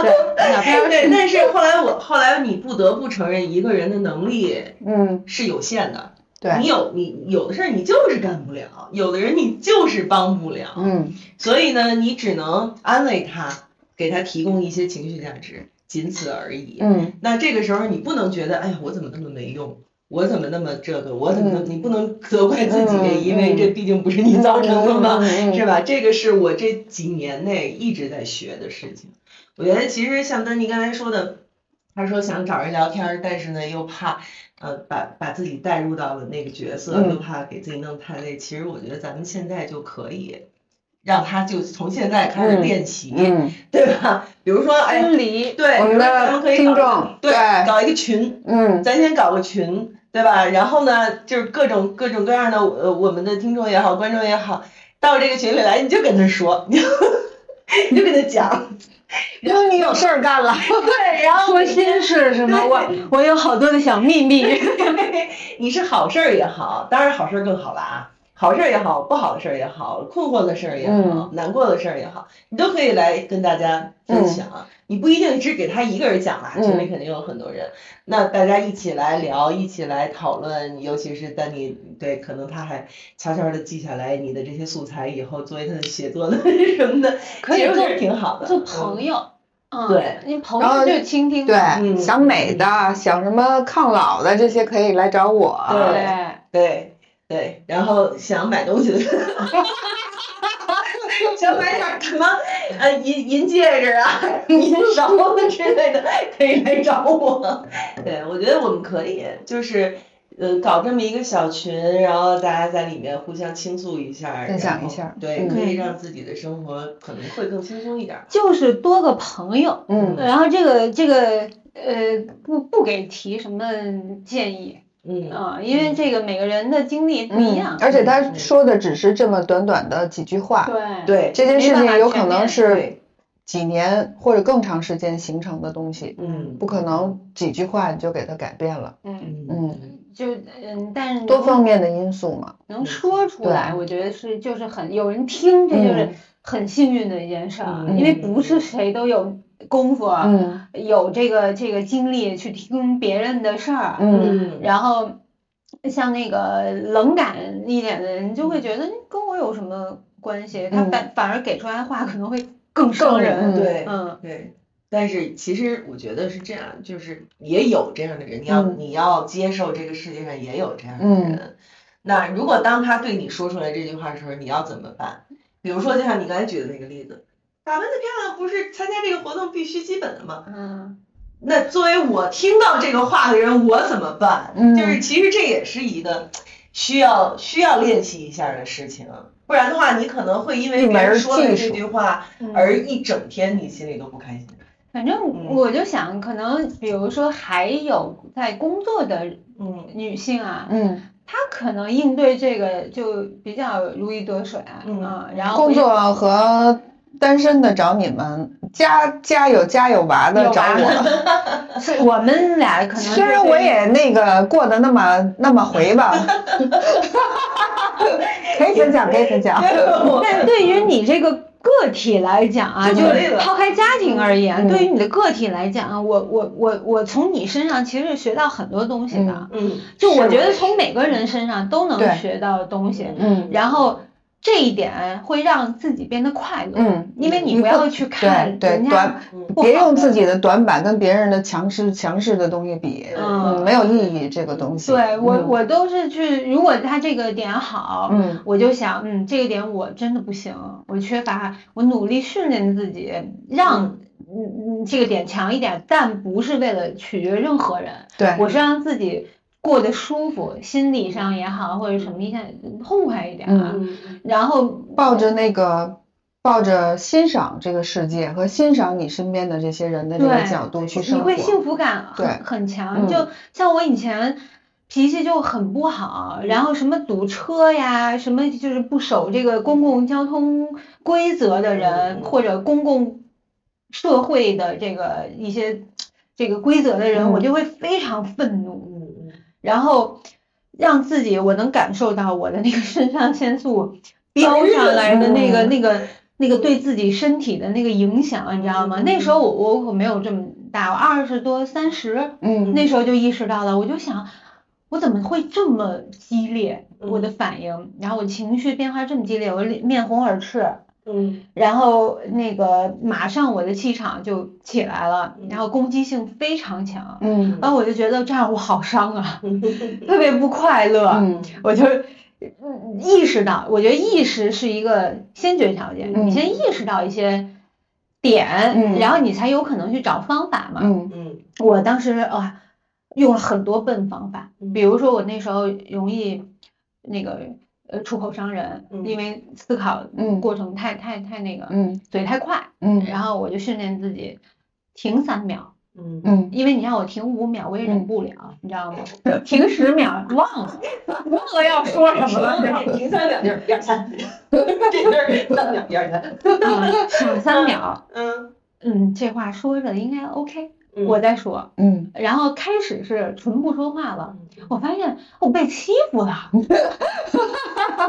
S2: 对，但是后来我后来你不得不承认，一个人的能力
S4: 嗯，
S2: 是有限的，
S4: 对
S2: 你有你有的事儿你就是干不了，有的人你就是帮不了，
S4: 嗯，
S2: 所以呢，你只能安慰他，给他提供一些情绪价值，仅此而已。
S4: 嗯，
S2: 那这个时候你不能觉得，哎呀，我怎么那么没用，我怎么那么这个，我怎么那么……你不能责怪自己，
S4: 嗯
S2: 因为
S4: 嗯
S2: 这毕竟不是你造成的嘛，
S4: 嗯嗯嗯
S2: 是吧？这个是我这几年内一直在学的事情。我觉得其实像丹妮刚才说的，她说想找人聊天儿，但是呢又怕。呃，把把自己带入到了那个角色，
S4: 嗯
S2: 又怕给自己弄太累。其实我觉得咱们现在就可以，让他就从现在开始
S4: 嗯
S2: 练习，
S4: 嗯，
S2: 对吧？比如说，哎，
S6: 分离，
S2: 对，
S4: 我
S2: 比如说
S4: 们的
S2: 咱们可以搞
S4: 听
S2: 一个
S4: 众
S2: 对
S4: 对
S2: 搞一个群，
S4: 嗯，
S2: 咱先搞个群，对吧？然后呢，就是各种各种各样的呃，我们的听众也好，观众也好，到这个群里来，你就跟他说，你就 你就跟他 讲，然后你有事儿干了，对，然后
S6: 说心事是吗？我我有好多的小秘 密。
S4: 嗯
S2: 你是好事儿也好，当然好事儿更好了啊。好事儿也好，不好的事儿也好，困惑的事儿也好，
S6: 嗯
S2: 难过的事儿也好，你都可以来跟大家分享。啊你不一定只给他一个人讲啦，
S4: 嗯
S2: 群里肯定有很多人。那大家一起来聊，一起来讨论，尤其是丹尼，对，可能他还悄悄的记下来你的这些素材，以后作为他的写作的 什么的，
S6: 可以
S2: 其实
S6: 做
S2: 是挺好的。
S6: 做
S2: 嗯
S6: 朋友，嗯，
S2: 对，
S6: 你朋
S4: 然后
S6: 友就倾听，
S4: 对，
S2: 嗯
S4: 想美的，想什么抗老的这些可以来找我，
S2: 对
S6: 对，
S2: 对对，然后想买东西的，想买点儿什么呃银银戒指啊、银勺子之类的，可以来找我。对，我觉得我们可以，就是呃，搞这么一个小群，然后大家在里面互相倾诉一下，
S4: 分享
S2: 然后
S4: 一下
S2: 对，
S4: 嗯
S2: 可以让自己的生活可能会更轻松一点儿。
S6: 就是多个朋友，
S4: 嗯
S6: 然后这个这个呃不不给提什么建议
S4: 哦
S2: 嗯，
S6: 啊、因为这个每个人的经历不一
S4: 嗯
S6: 样，，
S4: 而且他
S2: 嗯
S4: 说的只是这么短短的几句话，
S2: 对，
S6: 对
S4: 这件事
S6: 没办
S4: 情
S6: 法
S4: 有可
S6: 全
S4: 能
S6: 面
S4: 是
S2: 对
S4: 几年或者更长时间形成的东西，
S2: 嗯，
S4: 不可能几句话你就给它改变了。
S6: 嗯，
S2: 嗯，
S4: 嗯，
S6: 就嗯，但是
S4: 多
S6: 能
S4: 方面的因素嘛。
S6: 能说出
S4: 对
S6: 来，我觉得是就是很有人听，这就是
S4: 嗯
S6: 很幸运的一件事儿，
S2: 嗯
S6: 因为不是谁都有功夫，
S4: 嗯
S6: 有这个这个精力去听别人的事儿，
S4: 嗯
S6: 然后像那个冷感一点的人，就会觉得跟我有什么关系？他
S4: 嗯
S6: 反反而给出来的话可能会更伤人。
S4: 嗯
S2: 对，
S6: 嗯，
S2: 对，但是其实我觉得是这样，就是也有这样的人，你要、
S4: 嗯
S2: 你要接受这个世界上也有这样的
S4: 嗯
S2: 人。那如果当他对你说出来这句话的时候，你要怎么办？比如说，就像你刚才举的那个例子，打扮的漂亮不是参加这个活动必须基本的吗？
S6: 嗯，
S2: 那作为我听到这个话的人，我怎么办？
S4: 嗯
S2: 就是其实这也是一个需要需要练习一下的事情，不然的话，你可能会因
S4: 一
S2: 为
S4: 门
S2: 别人
S4: 儿
S2: 说了
S4: 技
S2: 这
S4: 术
S2: 句话
S6: 嗯
S2: 而一整天你心里都不开心。
S6: 反正
S2: 嗯
S6: 我就想，可能比如说还有在工作的
S2: 嗯
S6: 女性啊，
S4: 嗯，
S6: 她可能应对这个就比较如鱼得水啊，
S2: 嗯
S6: 嗯然后
S4: 工作和单身的找你们，家家有家有娃的
S6: 有
S4: 找
S6: 娃
S4: 我。
S6: 是我们俩可能
S4: 虽
S6: 就
S4: 然我
S6: 是
S4: 也那个过得那么那么 回吧，可以分享，可以分享。
S6: 但对于你这个个体来讲啊，
S2: 就
S6: 就
S2: 可以
S6: 是
S2: 了
S6: 抛开家庭而言，
S4: 嗯
S6: 对于你的个体来讲啊，我我我我从你身上其实学到很多东西的，
S2: 嗯
S6: 就我
S2: 是
S6: 觉得
S2: 我
S6: 从每个人身上都
S4: 对
S6: 能学到东西，
S4: 嗯
S6: 然后这一点会让自己变得快乐，
S4: 嗯，
S6: 因为你不要去看
S4: 对对
S6: 人家
S4: 短，
S6: 不好
S4: 别用自己的短板跟别人的强势强势的东西比，嗯，
S6: 嗯
S4: 没有意义这个东西。
S6: 对我
S4: 嗯，
S6: 我都是去，如果他这个点好，
S4: 嗯
S6: 我就想，嗯，这个点我真的不行，我缺乏，我努力训练自己，让嗯嗯这个点强一点，但不是为了取悦任何人，
S4: 对，
S6: 我是让自己过得舒服，心理上也好，或者什么一下痛快一点啊，
S2: 嗯
S6: 然后
S4: 抱着那个抱着欣赏这个世界和欣赏你身边的这些人的这个
S6: 对
S4: 角度去
S2: 你
S4: 生
S6: 你
S4: 活，
S6: 会幸福感很
S4: 对
S6: 很
S4: 嗯
S6: 强。就像我以前脾气就很不好，然后什么堵车呀，什么就是不守这个公共交通规则的人，
S2: 嗯
S6: 或者公共社会的这个一些这个规则的人，我
S4: 嗯
S6: 就会非常愤怒，
S2: 嗯
S6: 然后让自己我能感受到我的那个肾上腺素飙上来的那个
S4: 嗯
S6: 那个那个对自己身体的那个影响，你知道吗？那时候我我可没有这么大，我二十多三十
S4: 嗯
S6: 那时候就意识到了，我就想。我怎么会这么激烈？
S2: 嗯
S6: 我的反应，然后我情绪变化这么激烈，我脸面红耳赤，
S2: 嗯
S6: 然后那个马上我的气场就起来了，
S2: 嗯
S6: 然后攻击性非常强，
S4: 嗯
S6: 然后我就觉得这样我好伤啊， 特别不快乐。
S4: 嗯
S6: 我就是嗯意识到，我觉得意识是一个先决条件，
S4: 嗯
S6: 你先意识到一些点，
S4: 嗯
S6: 然后你才有可能去找方法嘛。
S4: 嗯
S2: 嗯
S6: 我当时哇，用了很多笨方法，
S4: 嗯
S6: 比如说我那时候容易那个呃出口伤人，
S2: 嗯
S6: 因为思考
S4: 嗯
S6: 过程太太太那个，
S4: 嗯
S6: 嘴太快，
S4: 嗯
S6: 然后我就训练自己停三秒，
S2: 嗯
S4: 嗯
S6: 因为你让我停五秒，我也
S4: 嗯
S6: 忍不了，你知道吗？停十秒， 忘了，忘了要说什么 了，
S2: 嗯，停三两就是一二三，这字儿三两一二三。
S6: 啊想三秒，
S2: 嗯，
S6: 嗯，这话说着应该 OK，我再说。
S4: 嗯
S6: 然后开始是纯不说话了，我发现我被欺负了，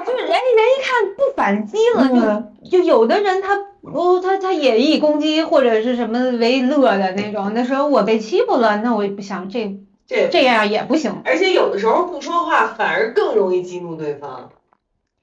S6: 就是人人一看不反击
S4: 嗯
S6: 了，就就有的人他哦他他也以攻击或者是什么为乐的那种，那时候我被欺负了，那我也不想这
S2: 这
S6: 这样也不行，
S2: 而且有的时候不说话反而更容易激怒对方，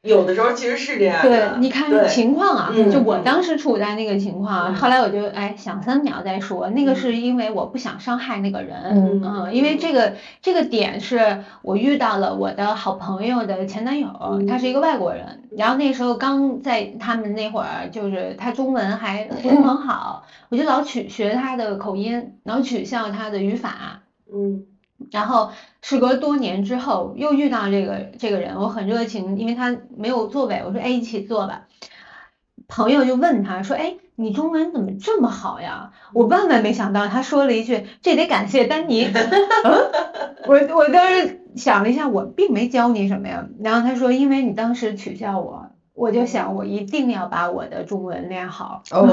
S2: 有的时候其实是这样的。
S6: 对，你看
S2: 对
S6: 情况啊
S2: 嗯，
S6: 就我当时处在那个情况啊，
S2: 嗯
S6: 后来我就哎想三秒再说，那个是因为我不想伤害那个人。
S4: 嗯
S6: 嗯，因为这个这个点是我遇到了我的好朋友的前男友，
S2: 嗯
S6: 他是一个外国人，然后那时候刚在他们那会儿，就是他中文还不是很
S2: 嗯
S6: 好，我就老取学他的口音，然后取笑他的语法，
S2: 嗯
S6: 然后时隔多年之后又遇到这个这个人，我很热情，因为他没有座位，我说哎一起坐吧。朋友就问他说：“哎，你中文怎么这么好呀？”我万万没想到，他说了一句：“这得感谢丹尼。”嗯我我当时想了一下，我并没教你什么呀。然后他说：“因为你当时取笑我，我就想我一定要把我的中文练好。”
S4: 哦，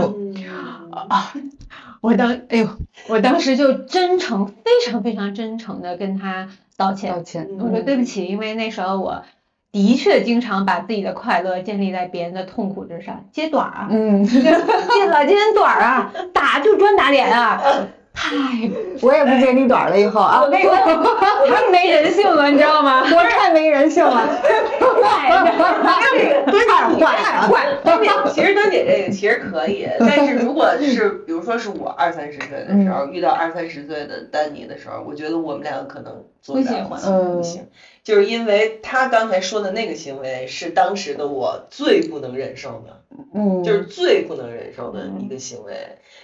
S6: 我当哎呦，我当时就真诚，非常非常真诚的跟他道
S4: 道
S6: 歉。
S4: 歉，
S6: 我说对不起，因为那时候我的确经常把自己的快乐建立在别人的痛苦之上，揭短儿啊，
S4: 嗯，
S6: 这老奸短儿啊，打就专打脸啊，太
S4: 我也不接你短了以后啊
S6: 我，跟你说， 太没人性了，你知道吗？
S4: 我太没人性 了， 太坏了，
S2: 坏。端姐，其实端姐这个其实可以，但是如果是比如说是我二三十岁的时候遇到二三十岁的丹尼的时候，我觉得我们两个可能做不了
S6: 不
S2: 一
S6: 喜
S2: 起，
S4: 欢
S2: 不行，就是因为他刚才说的那个行为是当时的我最不能忍受的。
S4: 嗯，
S2: 就是最不能忍受的一个行为。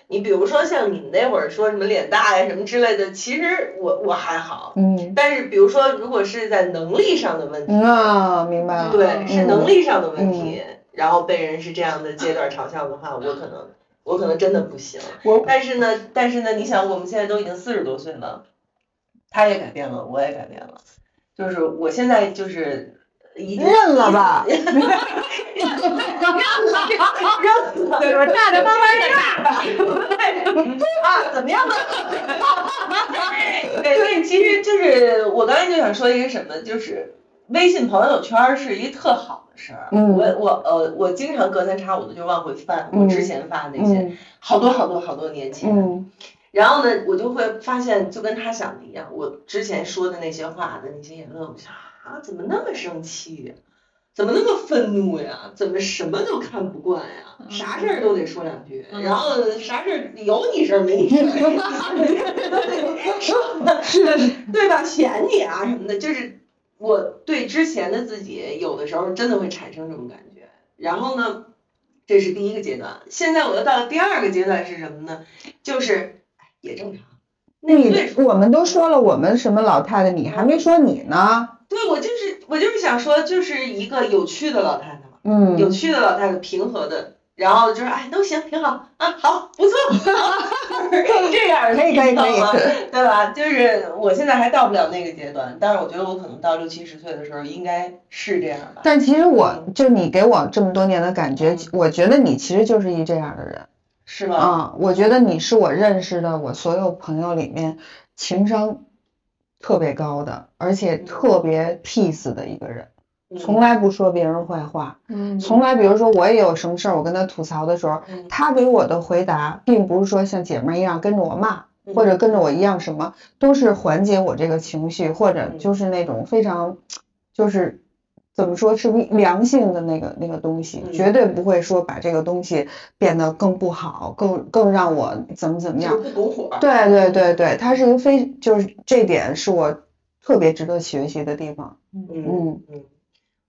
S2: 你比如说像你们那会儿说什么脸大呀什么之类的，其实我我还好，
S4: 嗯，
S2: 但是比如说如果是在能力上的问题，
S4: 嗯啊，明白了，
S2: 对，是
S4: 嗯
S2: 能力上的问题，然后被人是这样的阶段嘲笑的话，我可能。我可能真的不行，
S4: 我
S2: 但是呢，但是呢，你想，我们现在都已经四十多岁了，他也改变了，我也改变了，就是我现在就是已经
S4: 认了 吧，
S2: 扔了，
S6: 我大的慢慢的大，
S2: 啊，怎么样呢？ 对，所以其实就是我刚才就想说一个什么，就是微信朋友圈是一特好的事儿。啊
S4: 嗯
S2: 我我呃，我经常隔三差五的就往回翻我之前发的那些，
S4: 嗯
S2: 好多好多好多年前。
S4: 嗯
S2: 然后呢，我就会发现，就跟他想的一样，我之前说的那些话的那些言论，我想啊，怎么那么生气呀、怎么那么愤怒呀？怎么什么都看不惯呀？啥事儿都得说两句，然后啥事儿有你事儿没你事儿，说对吧？嫌你啊什么的，就是我对之前的自己，有的时候真的会产生这种感觉。然后呢，这是第一个阶段，现在我又到了第二个阶段是什么呢？就是哎也正常。岁
S4: 你
S2: 数
S4: 我们都说了，我们什么老太太，你还没说你呢，
S2: 对我就是我就是想说，就是一个有趣的老太太嘛。
S4: 嗯，
S2: 有趣的老太太，平和的，然后就是哎都行，挺好啊，好，不错， 好这样儿
S4: 可以可以可以
S2: 你知道吗对吧？就是我现在还到不了那个阶段，但是我觉得我可能到六七十岁的时候应该是这样吧。
S4: 但其实我就你给我这么多年的感觉，我觉得你其实就是一这样的人
S2: 是吗？
S4: 啊、我觉得你是我认识的我所有朋友里面情商特别高的，而且特别 peace 的一个人，
S2: 嗯
S4: 从来不说别人坏话，
S6: 嗯
S4: 从来比如说我也有什么事儿，我跟他吐槽的时候
S2: 嗯，
S4: 他给我的回答并不是说像姐妹儿一样跟着我骂，
S2: 嗯
S4: 或者跟着我一样什么，都是缓解我这个情绪，或者
S2: 嗯
S4: 就是那种非常，就是怎么说是良性的那个那个东西，
S2: 嗯
S4: 绝对不会说把这个东西变得更不好，更更让我怎么怎么样
S2: 嗯就。是不拱火。
S4: 对对对对，他是一个非就是这点是我特别值得学习的地方。
S2: 嗯
S4: 嗯
S2: 嗯，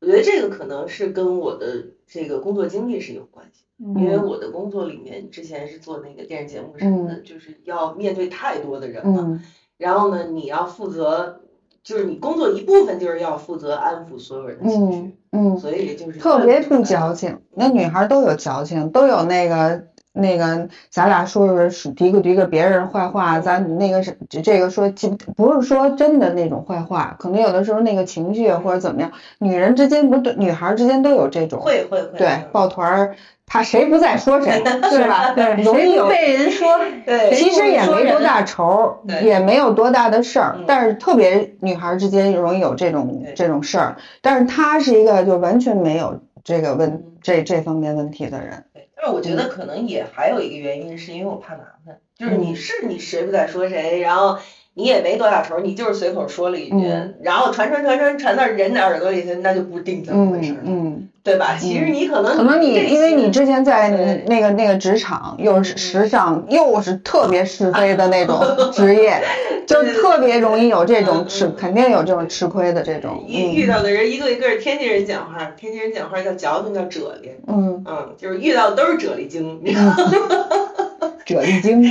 S2: 我觉得这个可能是跟我的这个工作经历是有关系的。因为
S4: 嗯
S2: 我的工作里面之前是做那个电视节目什么的，就是要面对太多的人了。
S4: 嗯
S2: 然后呢，你要负责，就是你工作一部分就是要负责安抚所有人的情
S4: 嗯
S2: 绪，
S4: 嗯，
S2: 所以就是
S4: 特别不
S2: 讲
S4: 矫情，那女孩都有矫情，都有那个那个，咱俩说说是嘀咕嘀咕别人坏话，咱那个是这个说，其不是说真的那种坏话，可能有的时候那个情绪或者怎么样，女人之间不对，女孩之间都有这种，
S2: 会会会，
S4: 对抱团儿，怕谁不在说谁，是吧？
S6: 对，
S4: 容
S6: 谁
S4: 易
S6: 不
S4: 有
S6: 被人说，
S2: 对，
S4: 其实也没多大仇
S2: 人，对
S4: 也没有多大的事儿
S2: 嗯，
S4: 但是特别女孩之间容易有这种
S2: 对
S4: 这种事儿。但是她是一个就完全没有这个
S2: 嗯
S4: 问这这方面问题的人。
S2: 对但是我觉得可能也还有一个原因，是因为我怕麻烦，就是
S4: 嗯
S2: 你是你谁不在说谁，然后你也没多大仇，你就是随口说了一句，
S4: 嗯
S2: 然后传传传传传到人的耳朵里去，那就不是定怎么回事
S4: 嗯
S2: 了。
S4: 嗯，
S2: 对吧？其实你可能
S4: 可能你
S2: 这
S4: 因为
S2: 些
S4: 你之前在
S2: 对
S4: 你那个那个职场又是时尚又是特别是非的那种职业，就特别容易有这种吃，
S2: 嗯嗯
S4: 肯定有这种吃亏的这种。嗯
S2: 一遇到的人一个一个是天津人讲话，天津人讲话叫矫情叫啫喱，
S4: 嗯，
S2: 嗯，就是遇到的都是啫喱精，你知道吗？
S4: 嗯，褶一惊。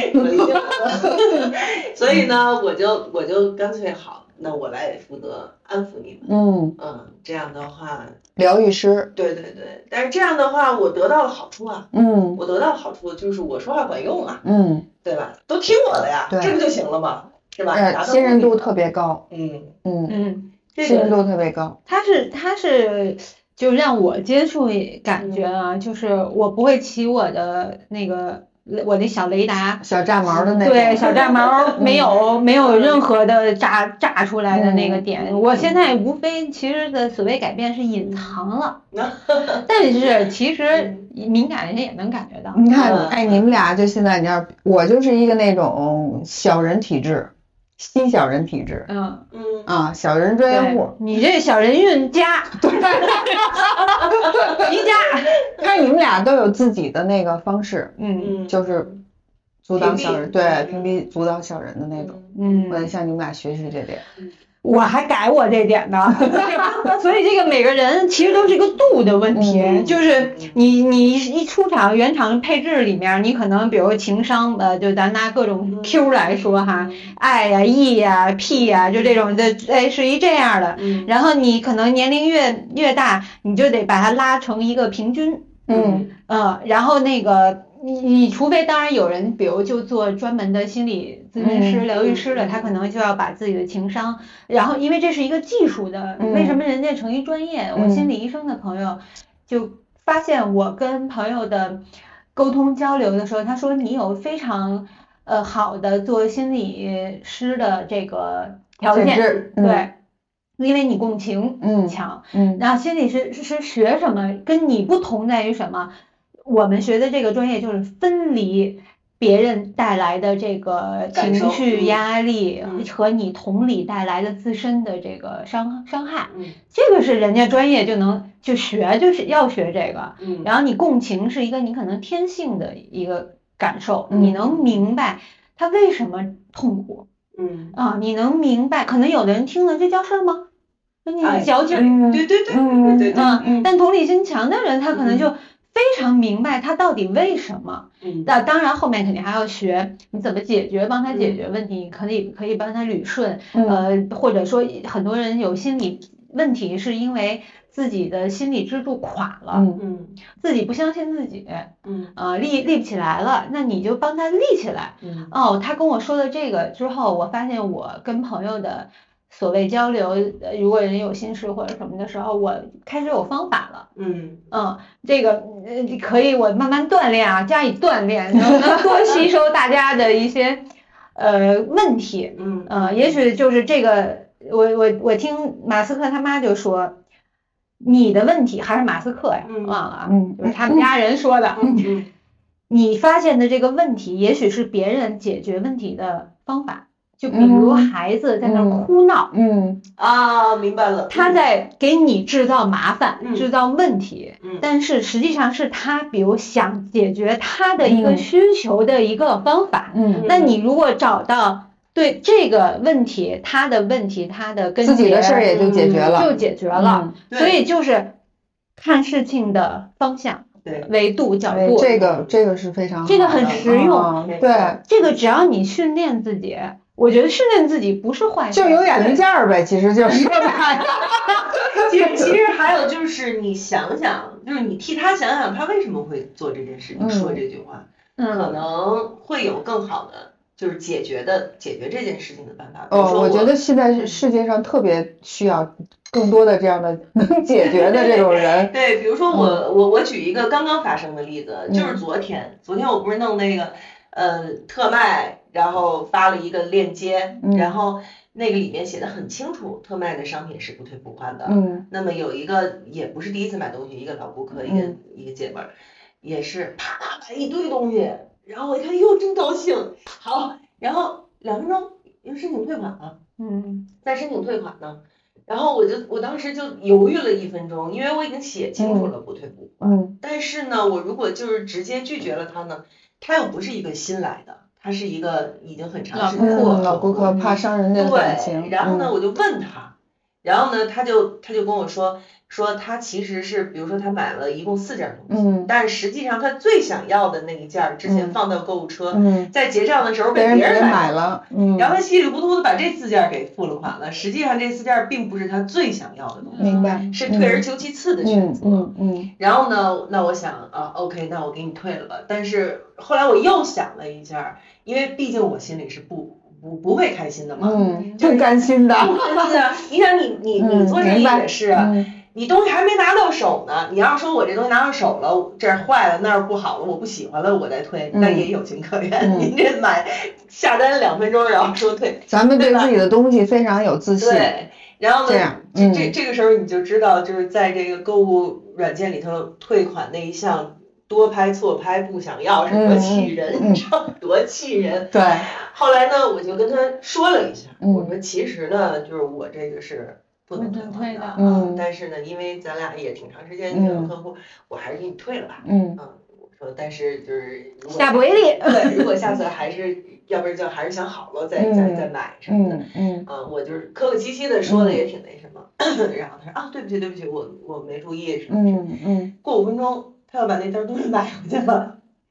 S2: 所以呢，我就我就干脆好，那我来负责安抚你们，
S4: 嗯，
S2: 嗯，这样的话，
S4: 疗愈师。
S2: 对对对，但是这样的话，我得到了好处啊，
S4: 嗯
S2: 我得到好处就是我说话管用啊，
S4: 嗯，
S2: 对吧？都听我的呀，
S4: 对
S2: 这不就行了吗？是吧？达
S4: 呃，
S2: 到
S4: 信任
S2: 目的
S4: 度
S2: 了
S4: 特别高。
S2: 嗯，
S4: 嗯，
S6: 嗯，
S2: 这
S4: 信任
S2: 个，
S4: 度特别高。
S6: 他是他是就让我接触感觉啊，就是我不会骑我的那个我那小雷达，
S4: 嗯小炸毛的那种。
S6: 对，小炸毛没有没有任何的炸炸出来的那个
S4: 嗯
S6: 点。我现在无非其实的所谓改变是隐藏了
S4: 嗯
S6: 但是其实敏感的人也能感觉到。
S4: 你看
S2: 嗯，
S4: 哎，你们俩就现在，你要我就是一个那种小人体质，吸小人体质
S6: 嗯，
S2: 嗯，
S4: 啊，小人专业
S6: 对
S4: 户。，
S6: 你这小人运 加，一加，
S4: 但是你们俩都有自己的那个方式，
S6: 嗯
S2: 嗯，
S4: 就是阻挡小
S2: 屏
S4: 人，
S2: 蔽
S4: 对，
S2: 嗯
S4: 屏蔽阻挡小人的那种。我得
S6: 嗯，
S4: 向你们俩学习这点。
S6: 我还改我这点 呢，所以这个每个人其实都是一个度的问题，
S4: 嗯
S6: 就是你你一出场原厂配置里面，你可能比如情商，呃，就咱拿各
S4: 嗯
S6: 种 Q 来说哈，爱呀、E 呀、P 呀，就这种的，哎，是一这样的。
S2: 嗯
S6: 然后你可能年龄越越大，你就得把它拉成一个平均，
S4: 嗯
S6: 嗯，然后那个你你除非当然有人，比如就做专门的心理咨询师、
S4: 嗯
S6: 疗愈师了，
S2: 嗯
S6: 他可能就要把自己的情商，然后因为这是一个技术的，
S4: 嗯
S6: 为什么人家成一专业？我
S4: 嗯
S6: 心理医生的朋友就发现我跟朋友的沟通交流的时候，他说你有非常呃好的做心理师的这个条
S4: 体
S6: 件，
S4: 质，嗯
S6: 对，因为你共情
S4: 嗯
S6: 强。
S4: 嗯
S6: 那心理是是是学什么，跟你不同在于什么？我们学的这个专业就是分离别人带来的这个
S2: 感受
S6: 情绪
S2: 嗯
S6: 压力
S2: 嗯
S6: 和你同理带来的自身的这个伤伤害，
S2: 嗯
S6: 这个是人家专业就能就学，就是要学这个。
S2: 嗯，
S6: 然后你共情是一个你可能天性的一个感受，你能明白他为什么痛苦
S2: 嗯，
S6: 啊，你能明白。可能有的人听了这叫事儿吗？就你
S2: 哎
S6: 矫情。
S4: 嗯
S2: 对对对
S4: 嗯
S2: 对对对，
S6: 嗯，但同理心强的人，他可能
S2: 嗯
S6: 就非常明白他到底为什么。
S2: 嗯
S6: 那当然，后面肯定还要学你怎么解决，帮他解决问题，可以可以帮他捋顺。
S4: 嗯
S6: 呃，或者说很多人有心理问题，是因为自己的心理支柱垮了，
S4: 嗯
S2: 嗯
S6: 自己不相信自己，
S2: 嗯
S6: 呃，立立不起来了，那你就帮他立起来。
S2: 嗯
S6: 哦，他跟我说了这个之后，我发现我跟朋友的所谓交流，呃如果人有心事或者什么的时候，我开始有方法了。
S2: 嗯，
S6: 嗯，这个呃可以，我慢慢锻炼啊，加以锻炼，能能多吸收大家的一些呃问题。
S2: 嗯
S6: 呃，也许就是这个，我我我听马斯克他妈就说，你的问题还是马斯克呀，
S2: 嗯
S6: 忘了啊，
S4: 嗯
S6: 就是他们家人说的。
S2: 嗯嗯
S6: 你发现的这个问题，也许是别人解决问题的方法。就比如
S4: 嗯
S6: 孩子在那儿
S4: 嗯
S6: 哭闹，
S4: 嗯
S2: 啊，明白了，
S6: 他在给你制造麻烦，
S2: 嗯
S6: 制造问题，
S2: 嗯
S6: 但是实际上是他，比如想解决他的一个
S4: 嗯
S6: 需求的一个方法。
S4: 嗯，
S6: 那你如果找到对这个问题，他的问题，他的根
S4: 自己的
S6: 结
S4: 事儿也就解决了，
S6: 就解决了。
S4: 嗯。
S2: 对
S6: 所以就是看事情的方向
S2: 对、
S6: 维度、角
S4: 哎
S6: 度，
S4: 这个这个是非常
S6: 这个
S4: 好
S6: 很
S4: 的
S6: 实用
S4: 啊
S2: 没
S4: 对，
S6: 这个只要你训练自己，我觉得训练自己不是坏事
S4: 就
S6: 儿，
S4: 有眼力见儿呗，其实就 是吧，
S2: 其实其实还有就是你想想，就是你替他想想，他为什么会做这件事情，
S4: 嗯
S2: 说这句话，可
S6: 嗯，
S2: 能会有更好的就是解决的解决这件事情的办法。比如
S4: 哦，
S2: 说
S4: 我觉得现在世界上特别需要更多的这样的能解决的这种 人，
S2: 对，比如说我、我我举一个刚刚发生的例子，就是
S4: 嗯
S2: 昨天，昨天我不是弄那个呃特卖，然后发了一个链接，
S4: 嗯
S2: 然后那个里面写的很清楚，特卖的商品是不退不换的。
S4: 嗯
S2: 那么有一个也不是第一次买东西，一个老顾客，一个
S4: 嗯
S2: 一个姐们儿，也是啪啪买一堆东西，然后我一看哟真高兴，好，然后两分钟又申请退款了，
S6: 嗯，
S2: 再申请退款呢，然后我就我当时就犹豫了一分钟，因为我已经写清楚了不退不还。
S4: 嗯
S2: 但是呢，我如果就是直接拒绝了他呢，他又不是一个新来的，他是一个已经很长时间的
S4: 嗯，
S2: 客
S4: 老顾客怕伤人的感
S2: 对，
S4: 情。
S2: 然后呢，
S4: 嗯
S2: 我就问他，然后呢，他就他就跟我说，说他其实是，比如说他买了一共四件东西，
S4: 嗯
S2: 但是实际上他最想要的那一件儿之前
S4: 嗯
S2: 放到购物车，
S4: 嗯，
S2: 在结账的时候
S4: 被
S2: 被
S4: 人
S2: 别
S4: 别
S2: 人
S4: 买
S2: 了。
S4: 了，嗯，
S2: 然后他稀里糊涂的把这四件儿给付了款了，实际上这四件儿并不是他最想要的东西，
S4: 明白，
S2: 是退而求其次的选
S4: 嗯
S2: 择。
S4: 嗯嗯
S2: 然后呢，那我想啊，OK，那我给你退了吧。但是后来我又想了一下儿，因为毕竟我心里是不不不会开心的嘛。
S4: 嗯，不甘心 的，
S2: 不开心啊！你想你你你
S4: 嗯
S2: 做生意
S4: 明白
S2: 也是啊，
S4: 嗯
S2: 你东西还没拿到手呢。你要是说我这东西拿到手了，这儿坏了那儿不好了，我不喜欢了，我再退，那
S4: 嗯
S2: 也有情可原。
S4: 嗯
S2: 您这买下单两分钟，然后说退，
S4: 咱们对
S2: 对吧
S4: 自己的东西非常有自信，
S2: 对，然后
S4: 这
S2: 呢，
S4: 样，
S2: 这
S4: 嗯，
S2: 这这个时候你就知道，就是在这个购物软件里头退款那一项。多拍错拍不想要是多气人，
S4: 嗯嗯
S2: 你知道多气人。
S4: 对，
S2: 后来呢，我就跟他说了一下，
S4: 嗯
S2: 我说其实呢，就是我这个是不能退款的啊，
S4: 不能退的嗯
S2: 但是呢，因为咱俩也挺长时间没有客户，我还是给你退了吧。
S4: 嗯
S2: 我说，但是就是如果
S6: 下不为例。
S2: 对，如果下次还是，要不然就还是想好了再再
S4: 嗯
S2: 再买什么的。
S4: 嗯嗯
S2: 啊，我就是客客气气的说的也挺那什么， 然后他说啊，对不起对不起，我我没注意什么什么。
S4: 嗯嗯，
S2: 过五分钟，他又把那单东西买回去了，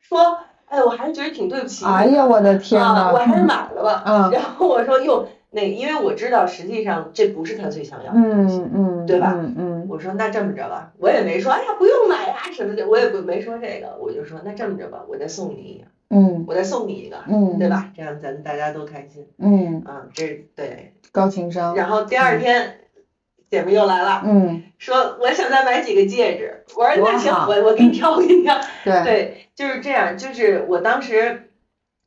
S2: 说，哎，我还是觉得挺对不起你的。
S4: 哎呀，我的天
S2: 啊，我还是
S4: 呐，
S2: 买了吧。
S4: 嗯
S2: 然后我说哟，那因为我知道实际上这不是他最想要的东西。
S4: 嗯嗯，
S2: 对吧
S4: 嗯嗯
S2: 我说那这么着吧，我也没说哎呀不用买呀、什么的，我也不没说这个，我就说那这么着吧，我再送你一个，
S4: 嗯
S2: 我再送你一个，
S4: 嗯
S2: 对吧？这样咱们大家都开心
S4: 嗯，
S2: 啊，这对。
S4: 高情商，
S2: 然后第二天。姐妹又来了，
S4: 嗯，
S2: 说我想再买几个戒指。我说那行，
S4: 多好
S2: 我我给你挑，我给你挑。
S4: 对，
S2: 对，就是这样。就是我当时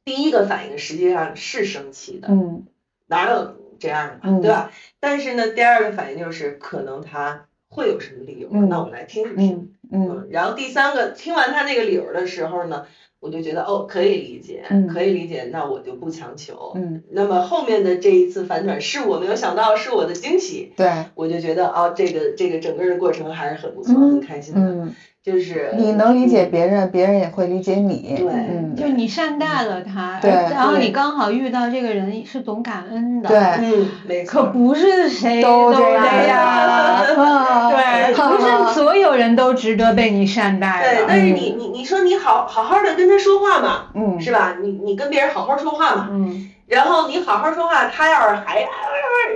S2: 第一个反应实际上是生气的，
S4: 嗯
S2: 哪有这样的嘛，
S4: 嗯
S2: 对吧？但是呢，第二个反应就是可能他会有什么理由，
S4: 嗯
S2: 那我们来听一听。
S4: 嗯嗯
S2: 嗯，然后第三个，听完他那个理由的时候呢，我就觉得哦，可以理解，
S4: 嗯
S2: 可以理解，那我就不强求。
S4: 嗯，
S2: 那么后面的这一次反转是我没有想到，是我的惊喜，
S4: 对，
S2: 我就觉得哦，这个这个整个的过程还是很不错，
S4: 嗯
S2: 很开心的。
S4: 嗯，
S2: 就是
S4: 你能理解别人，别人也会理解你，
S2: 对
S4: 嗯
S6: 就是你善待了他，
S4: 对
S6: 然后
S2: 对
S6: 你刚好遇到这个人是懂感恩的，，
S4: 对。
S2: 嗯，没错，
S6: 可不是谁
S4: 都
S6: 这
S4: 这样
S2: 的
S6: 样，
S4: 啊
S6: 对，不是所有人都值得被你善待
S2: 对。
S6: 的。
S2: 但是你你你说你好好好的跟他说话嘛，
S4: 嗯，
S2: 是吧？你你跟别人好好说话嘛，
S6: 嗯，
S2: 然后你好好说话，他要是还哎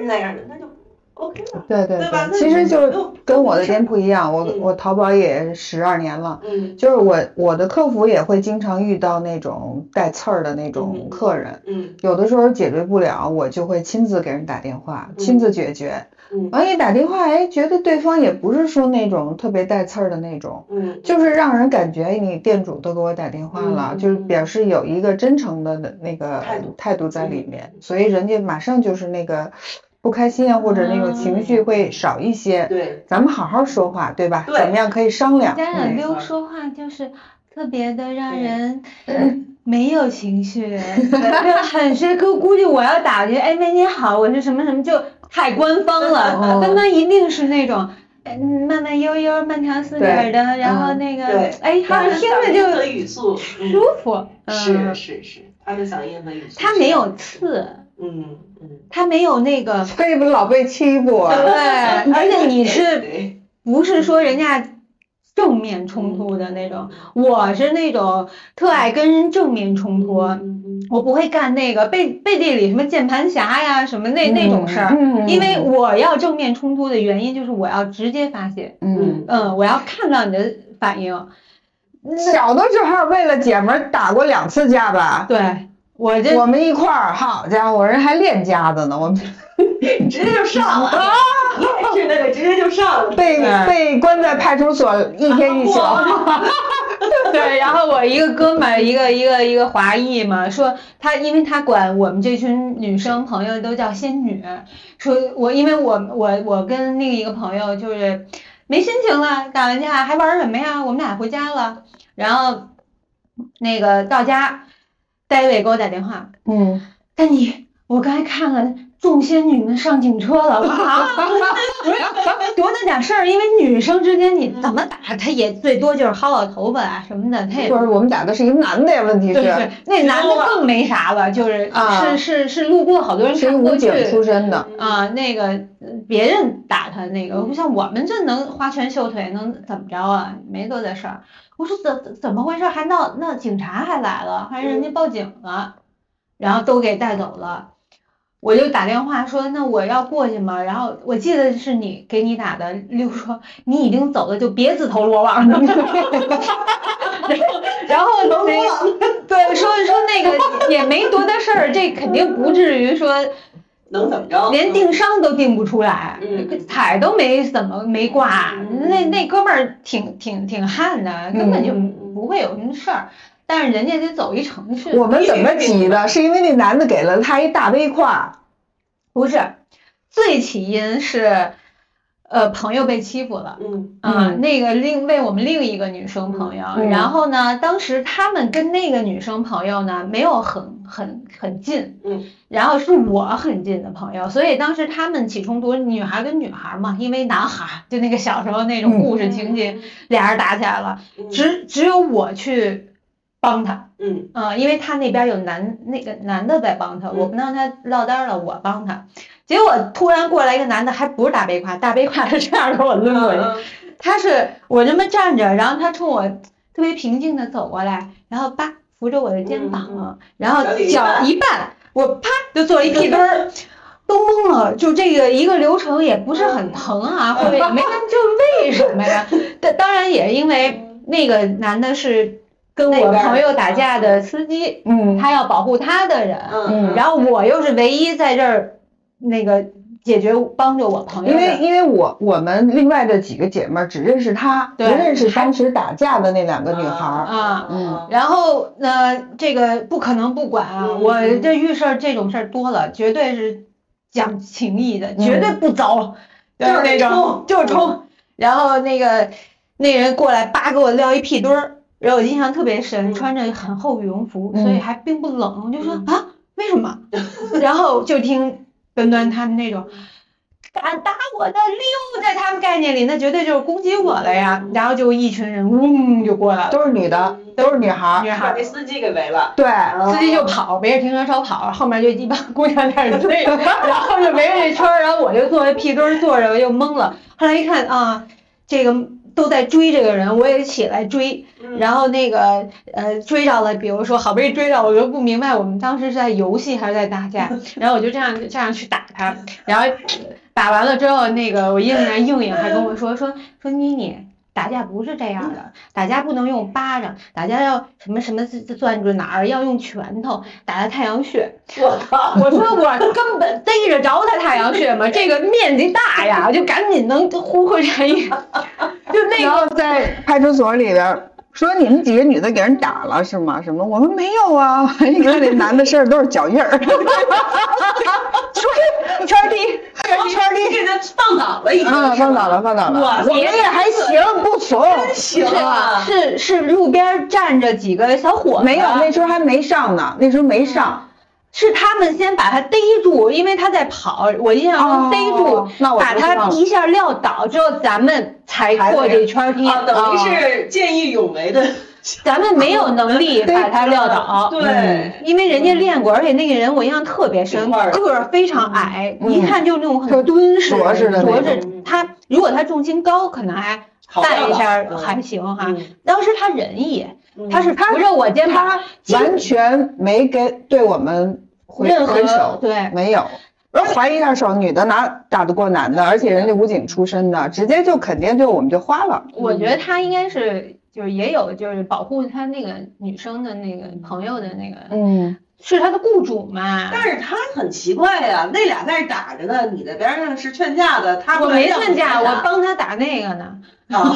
S2: 那样的，那就 OK 了。
S4: 对对
S2: 对吧那
S4: 其
S2: 你
S4: 实就
S2: 没有
S4: 是跟我的
S2: 没事儿
S4: 店铺一样，我
S2: 嗯
S4: 我淘宝也十二年了，
S2: 嗯
S4: 就是我我的客服也会经常遇到那种带刺儿的那
S2: 嗯
S4: 种客人，
S2: 嗯
S4: 有的时候解决不了，我就会亲自给人打电话，亲自解决。
S2: 嗯
S6: 啊
S4: 完一打电话，哎，觉得对方也不是说那种特别带刺儿的那种。
S2: 嗯，
S4: 就是让人感觉哎你店主都给我打电话了，
S2: 嗯嗯
S4: 就是表示有一个真诚的那个
S2: 态度
S4: 态度在里面，所以人家马上就是那个不开心啊，或者那种情绪会少一些。
S2: 对，
S4: 咱们好好说话，对吧？
S2: 对
S4: 怎么样可以商量？
S6: 家长
S2: 没
S6: 溜
S2: 错
S6: 说话就是特别的让
S2: 对
S6: 人没有情 绪，就很是估估计我要打过去，哎妹你好，我是什么什么，就太官方了。
S4: 哦
S6: 刚刚一定是那种。哎慢慢悠悠、慢条斯理
S4: 对
S6: 的，然后
S4: 嗯
S6: 那个
S2: 对，
S6: 哎，好像听着就
S2: 和语速
S6: 舒服。
S2: 是
S6: 嗯，
S2: 是是，他的嗓音和语速，
S6: 他没有，刺，
S2: 嗯嗯，
S6: 他没有那个，
S4: 所以不老嗯被欺负啊。
S6: 对， 而且呃你是
S2: 哎对，
S6: 不是说人家正面冲突的那种？我是那种特爱跟人正面冲突，啊
S2: 嗯
S6: 我不会干那个背背地里什么键盘侠呀什么那那种事儿。
S4: 嗯，嗯
S6: 因为我要正面冲突的原因就是我要直接发泄，
S4: 嗯，
S6: 嗯，我要看到你的反应，
S4: 小的时候为了姐们儿打过两次架吧。
S6: 对我这
S4: 我们一块儿，好家伙，人还练家子呢，我们
S2: 直接就上
S6: 啊
S2: 了，你也是那个直接就上了，
S4: 被被关在派出所一天一宿。
S6: 啊对，然后我一个哥们儿，一个一个一个华裔嘛，说他，因为他管我们这群女生朋友都叫仙女，说我因为我我我跟那个一个朋友就是没心情了，打完架还玩儿什么呀？我们俩回家了，然后那个到家，David 给我打电话，
S4: 嗯
S6: 丹尼，我刚才看了众仙女们上警车了， 啊，不是多大点事儿，因为女生之间你怎么打，她也最多就是薅薅头发啊什么的， 她也
S4: 不是我们打的是一个男的呀，问题
S6: 对
S4: 是
S6: 对，那男的更没啥了，就是
S4: 啊
S6: 是是是路过好多人
S4: 是一
S6: 看不
S4: 武
S6: 过去
S4: 警出身的，
S2: 嗯
S6: 啊，那个呃别人打他那
S4: 嗯
S6: 个，不像我们这能花拳绣腿，能怎么着啊？没多大事儿。我说怎怎么回事？还闹那警察还来了，还人家报警了，然后都给带走了。我就打电话说，那我要过去嘛。然后我记得是你给你打的，六说你已经走了，就别自投罗网了。然后那个对说说那个也没多大事儿，这肯定不至于说
S2: 能怎么着？
S6: 连定伤都定不出来，
S2: 哦嗯
S6: 彩都没怎么没挂，
S2: 嗯
S6: 那那哥们儿挺挺挺悍的，根本就
S2: 嗯
S6: 不会有什么事儿。但是人家得走一程序，
S4: 我们怎么急的？是因为那男的给了他一大背胯，
S6: 不是最起因是，呃，朋友被欺负了。
S2: 嗯
S6: 啊、
S4: 嗯
S6: 那个另为我们另一个女生朋友，
S4: 嗯
S6: 然后呢，当时他们跟那个女生朋友呢没有很很很近，
S2: 嗯，
S6: 然后是我很近的朋友，所以当时他们起冲突，女孩跟女孩嘛，因为男孩就那个小时候那种故事情节，俩人打起来了，
S2: 嗯
S6: 只只有我去帮他，
S2: 嗯
S6: 嗯，因为他那边有男那个男的在帮他，我不让他落单了，我帮他。结果突然过来一个男的，还不是大背胯，大背胯是这样给
S4: 嗯
S6: 我抡过去，他是我这么站着，然后他冲我特别平静的走过来，然后叭扶着我的肩膀，啊
S2: 嗯
S6: 然后
S2: 脚底一
S6: 脚
S2: 绊
S6: 一绊，我啪就做 了一屁墩儿。都懵了，就这个一个流程也不是很疼
S2: 嗯
S6: 啊，或者也没就为什么呀？但当然也因为那个男的是跟
S2: 嗯那
S6: 我
S2: 边儿
S6: 朋友打架的司机，
S4: 嗯，
S6: 他要保护他的人，
S2: 嗯，
S6: 然后我又是唯一在这儿那个解决帮着我朋友
S4: 因为
S6: 的，
S4: 因为我我们另外的几个姐妹儿只认识他，不
S6: 对
S4: 认识当时打架的那两个女孩儿。
S6: 啊
S4: 嗯
S6: 然后呢，这个不可能不管啊，
S2: 嗯
S6: 我这遇事儿这种事儿多了，绝对是讲情义的，绝对
S2: 嗯
S6: 不走，就是那种就是冲。然后那个那人过来，叭给我撂一屁墩儿，然后我印象特别深，
S2: 嗯
S6: 穿着很厚羽绒服，
S4: 嗯
S6: 所以还并不冷，我就说
S2: 嗯
S6: 啊，为什么？ 然后就听端端他们那种。
S2: 嗯
S6: 敢打我的溜，在他们概念里，那绝对就是攻击我了呀！
S2: 嗯
S6: 然后就一群人嗡就过来了，
S4: 都是女的，都是女孩儿。
S6: 女孩
S2: 把
S6: 儿
S2: 这司机给围了，
S4: 对，
S6: 司机就跑，围着停车场跑，后面就一帮姑娘在那追， 然后就围着这圈儿，然后我就坐在屁墩儿坐着，我就懵了。后来一看啊，这个都在追这个人，我也起来追，
S2: 嗯
S6: 然后那个呃追着了，比如说好不容易追着，我就不明白我们当时是在游戏还是在打 架，然后我就这样这样去打他，然后打完了之后，那个我印象硬硬还跟我说说说妮妮。打架不是这样的，打架不能用巴掌，打架要什么什么攥住哪儿，要用拳头打他太阳穴。
S2: 我靠，
S6: 我说我根本逮着着他太阳穴吗？这个面积大呀，就赶紧能呼回这一， 就那个
S4: 然后在派出所里边儿说你们几个女的给人打了是吗？什么？我们没有啊。 你看那男的身上都是脚印儿。
S6: 出去圈地。
S2: 圈儿给他放倒了已经，
S4: 嗯，放倒了，放倒了。我们也还行，不怂。
S2: 行啊，
S6: 是是路边站着几个小伙子，
S4: 没有，那时候还没上呢，那时候没上。
S6: 是他们先把他逮住，因为他在跑，我印象中
S4: 哦
S6: 逮住，
S4: 那我
S6: 把
S4: 不知道
S6: 他一下撂倒之后，咱们才过这圈地，
S2: 啊，等于
S6: 啊
S2: 是见义勇为的，
S6: 咱们没有能力把他撂倒，嗯
S2: 对，
S6: 因为
S4: 嗯
S6: 人家练过，而且那个人我印象特别深，
S2: 挺块儿的
S6: 个儿非常矮，
S4: 嗯
S6: 一看就那种很敦实、
S4: 摞着的那
S6: 摞
S4: 种
S6: 着。他如果他重心高，可能还
S2: 好
S6: 带一下
S2: 料的
S6: 还行哈
S2: 嗯。
S6: 当时他仁义，
S2: 嗯
S6: 他是扶着我肩膀，
S4: 嗯他完全没给对我们回
S6: 任何
S4: 回手，
S6: 对
S4: 没有。我怀疑他手女的哪打得过男
S6: 嗯
S4: 的，而且人家武警出身的，直接就肯定就我们就花了。
S6: 我觉得他应该是就是也有就是保护他那个女生的那个朋友的那个
S4: 嗯，
S6: 是他的雇主嘛。
S2: 但是他很奇怪呀、那俩在那打着呢，你在边上是劝架的，他
S6: 我
S2: 过来
S6: 没
S2: 让
S6: 劝架，
S2: 你打
S6: 我帮他打那个呢。
S2: 啊，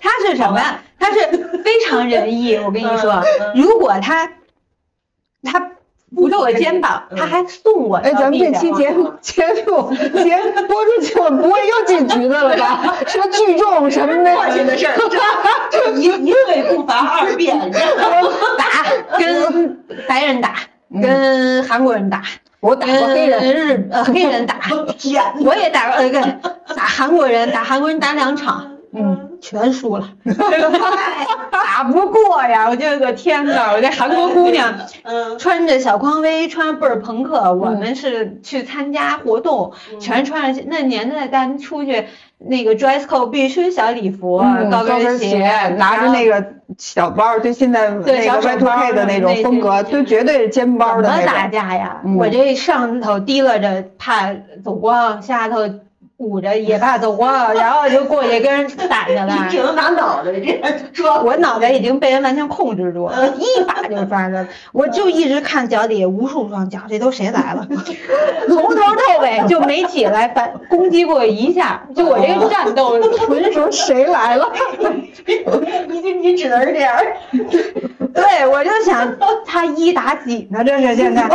S6: 他是什么呀？他是非常仁义。我跟你说，如果他他扶着我肩膀，他还送我
S4: 哎，
S6: 到
S4: 咱们
S6: 地
S4: 这
S6: 上。
S4: 期节目 结束节目播出去，我们不会又进局子了 吧？说聚众什么
S2: 过去的
S4: 的，
S2: 事儿，这一一对不乏二辩，
S6: 打跟白人打，跟韩国人打，我打过黑人，日呃黑人打，
S3: 天 哪，
S6: 我也打过呃对，打韩国人，打韩国人打两场，嗯，全输 了，打不过呀！我这个天哪，我这韩国姑娘
S2: 嗯，
S6: 穿着小匡威，穿倍儿朋克，
S4: 嗯
S6: 我们是去参加活动，全穿着那年代咱出去那个 dress code 必须小礼服、
S4: 嗯
S6: 高跟
S4: 鞋，拿
S6: 拿
S4: 着那个小包儿，对现在那
S6: 对
S4: 个
S6: 小手
S4: Y two
S6: 包儿
S4: K 的那种
S6: 那
S4: 风格，
S6: 些
S4: 对，绝对是肩包儿的
S6: 怎么打
S4: 那种。
S6: 架呀？
S4: 嗯
S6: 我这上头提拉着怕走光，下头捂着也怕走光， 然后就过去跟人打去了
S3: 你。只能拿脑袋这样抓。
S6: 我脑袋已经被人完全控制住
S4: 嗯
S6: 了，一把就抓着，我就一直看脚底下无数双脚，这都谁来 了？从头到尾就没起来反攻击过一下，就我这
S4: 哦
S6: 个战斗 纯属谁来 了？
S3: 你就你只能是这样，
S6: 对，我就想他一打几呢，这是 现在。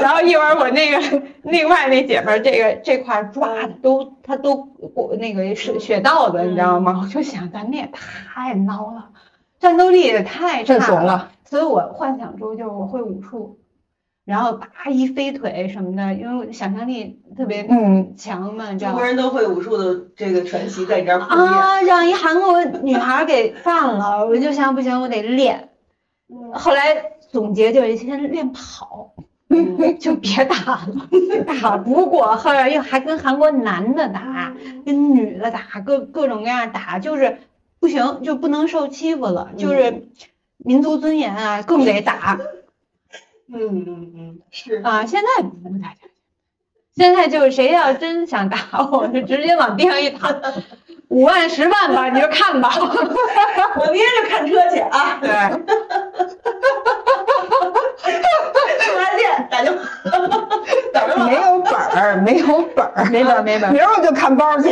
S6: 然后一会儿我那个另外那姐们儿，这个这块儿抓的都她都过那个血血道子，你知道
S4: 嗯
S6: 吗？我就想咱们也太孬了，战斗力也太
S4: 太
S6: 差
S4: 怂
S6: 了。
S4: 了，
S6: 所以我幻想中就是我会武术，然后啪一飞腿什么的，因为我想象力特别
S4: 嗯，
S6: 强嘛，你知
S2: 中
S6: 道吗
S2: 国？人都会武术的这个传奇在你这儿铺垫。
S6: 啊，让一韩国女孩儿给放了，我就想不行，我得练。后来总结就是先练跑，
S2: 嗯
S6: 就别打了， 打不过，后来又还跟韩国男的打，跟女的打，各各种各样打，就是不行，就不能受欺负了，就是民族尊严啊，更得打
S2: 嗯嗯嗯，是。
S6: 啊。现在不打架，现在就是谁要真想打我，就直接往地上一躺，五万十万吧，你就看吧。
S3: 我明天就看车去啊，
S6: 对，
S3: 看完见打电话。
S4: 没有本儿，没有本儿，
S6: 没本儿没本儿
S4: 明儿我就看包 儿去。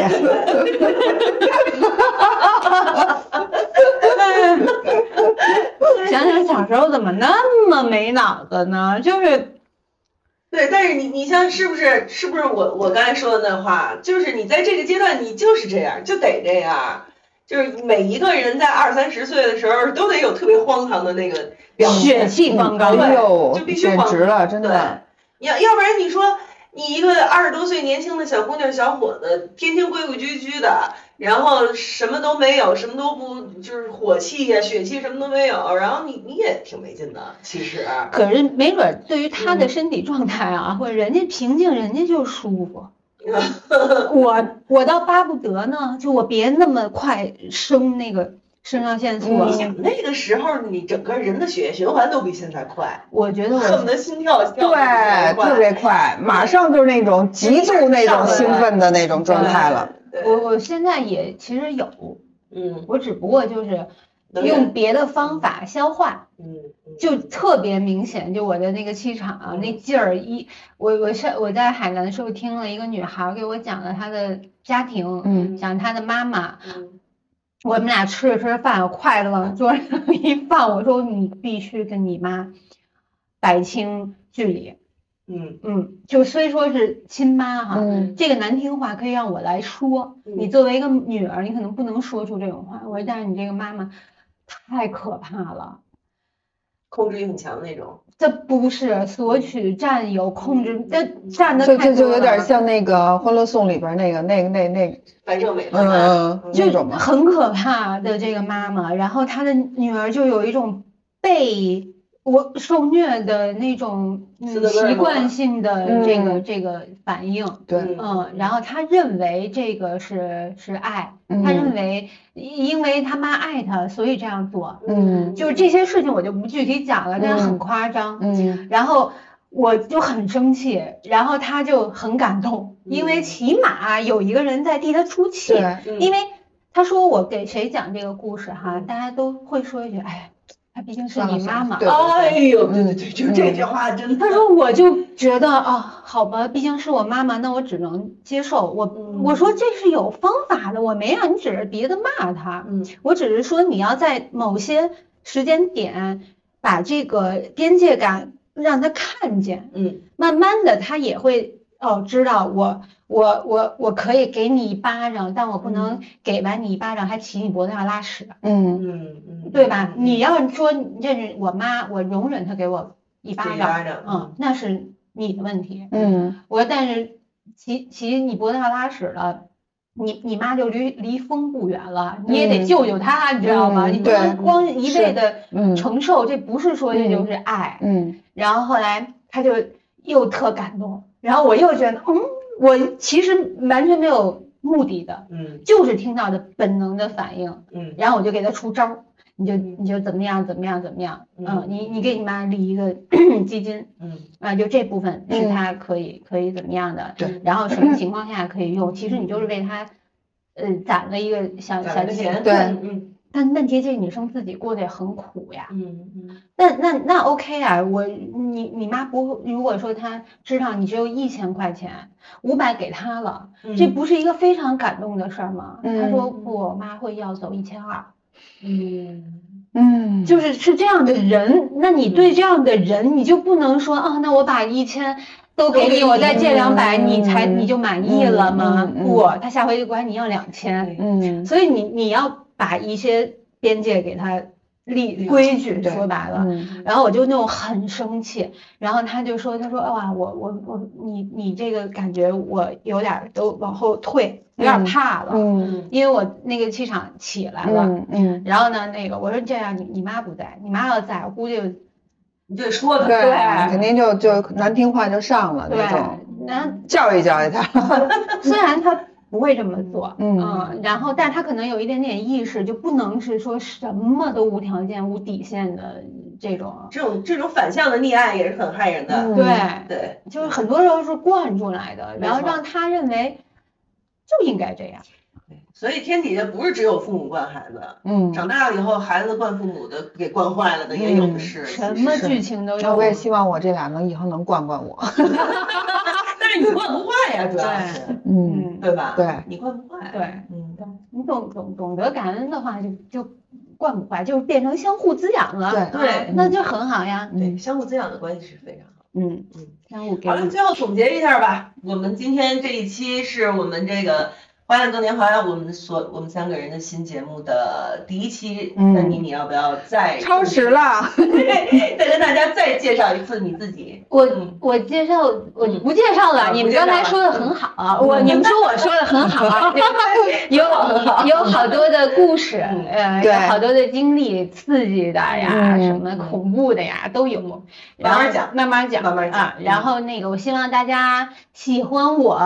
S6: 想想小时候怎么那么没脑子呢？就是
S2: 对，但是你你像是不是是不是我我刚才说的那话，就是你在这个阶段你就是这样，就得这样，就是每一个人在二三十岁的时候都得有特别荒唐的那个表现，
S6: 血气方刚，
S4: 哎呦
S2: 就，必须
S4: 简
S2: 晃
S4: 直了，真
S2: 对
S4: 的。，
S2: 你要要不然你说你一个二十多岁年轻的小姑娘小伙子，天天规规矩矩的，然后什么都没有，什么都不就是火气呀、血气什么都没有，然后你你也挺没劲的，其实。
S4: 嗯
S6: 可是没准儿对于他的身体状态啊，或者人家平静，人家就舒服。我我倒巴不得呢，就我别那么快升那个肾上腺素啊
S2: 你。想那个时候，你整个人的血液循环都比现在快，
S6: 我觉得
S2: 恨不
S6: 我
S2: 得心跳跳得
S4: 对，特别快，马上就是那种极度那种兴奋的那种状态了。。
S2: 对
S6: 我我现在也其实有，
S2: 嗯，
S6: 我只不过就是
S2: 能
S6: 用别的方法消化。
S2: 嗯，嗯
S6: 就特别明显，就我的那个气场啊，那劲儿一，我我是我在海南的时候听了一个女孩儿给我讲了她的家庭，
S4: 嗯，
S6: 讲她的妈妈，
S2: 嗯
S6: 我们俩吃着吃着饭，我筷子往桌上一放，我说你必须跟你妈摆清距离，
S2: 嗯
S6: 嗯，就虽说是亲妈哈，
S4: 嗯
S6: 这个难听话可以让我来说，你作为一个女儿，你可能不能说出这种话，我说但是你这个妈妈太可怕了。
S2: 控制欲很强那种。
S6: 这不是索取、占有、控制，这占的
S4: 这
S6: 太
S4: 这就
S6: 多
S4: 有点
S6: 了，
S4: 像那个《欢乐颂》里边那个那个那那个，
S2: 樊胜美，
S4: 嗯嗯嗯，
S6: 就
S4: 那种嘛。
S6: 很可怕的这个妈妈，然后她的女儿就有一种被我受虐的那种
S2: 斯
S6: 嗯
S2: 德哥尔摩
S6: 习惯性的这个
S4: 嗯
S6: 这个反应，
S4: 对，
S6: 嗯，然后她认为这个是是爱，她
S4: 嗯
S6: 认为因为她妈爱她，所以这样做，
S4: 嗯
S6: 就是这些事情我就不具体讲了，但是
S4: 嗯
S6: 很夸张，
S4: 嗯
S6: 然后我就很生气，然后他就很感动，
S4: 嗯
S6: 因为起码有一个人在替他出气。
S4: 对，
S2: 嗯
S4: 嗯
S6: 因为他说我给谁讲这个故事哈，大家都会说一句，哎，她毕竟是
S4: 算了
S6: 你
S4: 算
S6: 妈
S4: 了
S6: 妈。
S4: 对
S2: 哦
S3: 哎呦，对
S4: 嗯
S3: 对对，就这句话真的
S6: 他。说我就觉得啊、好吧，毕竟是我妈妈，那我只能接受。我
S2: 嗯
S6: 我说这是有方法的，我没让你指着鼻子骂他，
S2: 嗯
S6: 我只是说你要在某些时间点把这个边界感让他看见，
S2: 嗯，
S6: 慢慢的他也会哦知道我我我我可以给你一巴掌，但我不能给完你一巴掌还骑你脖子上拉屎，
S4: 嗯，
S2: 嗯嗯，
S6: 对吧？你要说你这是我妈，我容忍她给我一
S2: 一
S6: 巴掌，
S2: 巴掌，
S6: 嗯，那是你的问题。
S4: 嗯
S6: 我说但是其其你脖子上拉屎了。你你妈就离离风不远了，你也得
S4: 嗯
S6: 救救她，你知道吗？
S4: 嗯
S6: 你不能
S4: 对
S6: 光一
S4: 是
S6: 味的
S4: 嗯
S6: 承受，这不是说这就是爱。
S4: 嗯
S6: 然后后来他就又特感动，然后我又觉得，嗯，我其实完全没有目的的，
S10: 嗯
S6: 就是听到的本能的反应，
S10: 嗯
S6: 然后我就给他出招儿，你就你就怎么样怎么样怎么样，嗯
S10: 嗯，
S6: 你你给你妈立一个 基金
S10: 嗯
S6: 啊，就这部分是
S4: 嗯
S6: 他可以可以怎么样的，
S4: 对，
S6: 然后什么情况下可以用，其实你就是为他。呃，攒了一个小
S2: 攒
S6: 小
S2: 了
S6: 钱，
S2: 钱
S4: 对
S10: 嗯
S6: 但问题这女生自己过得也很苦呀，
S10: 嗯
S6: 那那那 OK 啊，我你你妈不，如果说她知道你只有一千块钱，五百给她了，
S10: 嗯，
S6: 这不是一个非常感动的事儿吗？她说
S10: 嗯
S6: 不，我妈会要走一千二，
S10: 嗯
S4: 嗯，
S6: 就是是这样的人，那你对这样的人，你就不能说啊，那我把一千都给你，我再借两百，你才你就满意了吗？
S4: 嗯嗯嗯
S6: 不，她下回就管你要两千，
S4: 嗯
S6: 所以你你要把一些边界给她立
S2: 解
S6: 规矩，
S4: 对
S6: 说白了。
S4: 嗯
S6: 然后我就那种很生气，然后他就说，他说，哇，我我我，你你这个感觉我有点儿都往后退，有点儿
S4: 嗯
S6: 怕了，
S4: 嗯
S6: 因为我那个气场起来了。
S4: 嗯嗯，
S6: 然后呢，那个我说这样，你你妈不在，你妈要在，我估计
S2: 你就得说的，
S4: 对，肯定就就难听话就上了
S6: 对
S4: 那种，，
S6: 那
S4: 教育教育他，
S6: 虽然她不会这么做，
S4: 嗯
S6: 然后但是她可能有一点点意识，就不能是说什么都无条件、无底线的这种，
S2: 这种这种反向的溺爱也是很害人的，
S4: 嗯
S6: 对，
S2: 对，
S6: 就是很多时候是惯出来的，
S2: 没
S6: 然后
S2: 错
S6: 让他认为就应该这样。
S2: 所以天底下不是只有父母惯孩子，
S4: 嗯，
S2: 长大了以后孩子惯父母的给惯坏了的也有的是，其
S6: 什
S2: 实
S6: 么
S4: 是
S6: 剧情都
S4: 那
S6: 有
S4: 我。也希望我这俩能以后能惯惯我，
S2: 但是你惯不坏呀，主要是，
S4: 嗯，
S6: 嗯，
S2: 对吧？
S4: 对，
S2: 你惯不坏，
S6: 对，
S2: 嗯，
S6: 你懂懂懂得感恩的话，就就惯不坏，就变成相互滋养了。
S4: 对嗯
S6: 啊
S2: 对
S6: 那就很好呀。
S2: 对，相互滋养的关系是非常好。
S6: 嗯
S2: 嗯，
S6: 相互给
S2: 好了，
S6: 予。
S2: 最后总结一下吧。我们今天这一期是我们这个《花样更年华》我们所我们三个人的新节目的第一期。
S4: 嗯
S2: 那你你要不要再
S4: 超时？ 了，
S2: 再跟大家再介绍一次你自己。
S6: 我
S2: 嗯
S6: 我介绍我
S2: 嗯
S6: 不介绍了，
S2: 啊
S6: 你
S2: 不
S6: 们
S2: 介
S6: 刚
S2: 绍
S6: 才
S2: 了嗯
S6: 说的很好，啊我你们说我说的很 好，啊有有好多的故事，
S2: 嗯
S6: 呃，有
S4: 对
S6: 好多的经历，刺激的呀，
S4: 嗯
S6: 什么恐怖的呀都有
S2: 嗯。
S6: 然后
S2: 慢慢讲
S6: 慢慢讲，
S2: 慢慢讲
S6: 啊。
S2: 嗯
S6: 然后那个，我希望大家喜欢 我，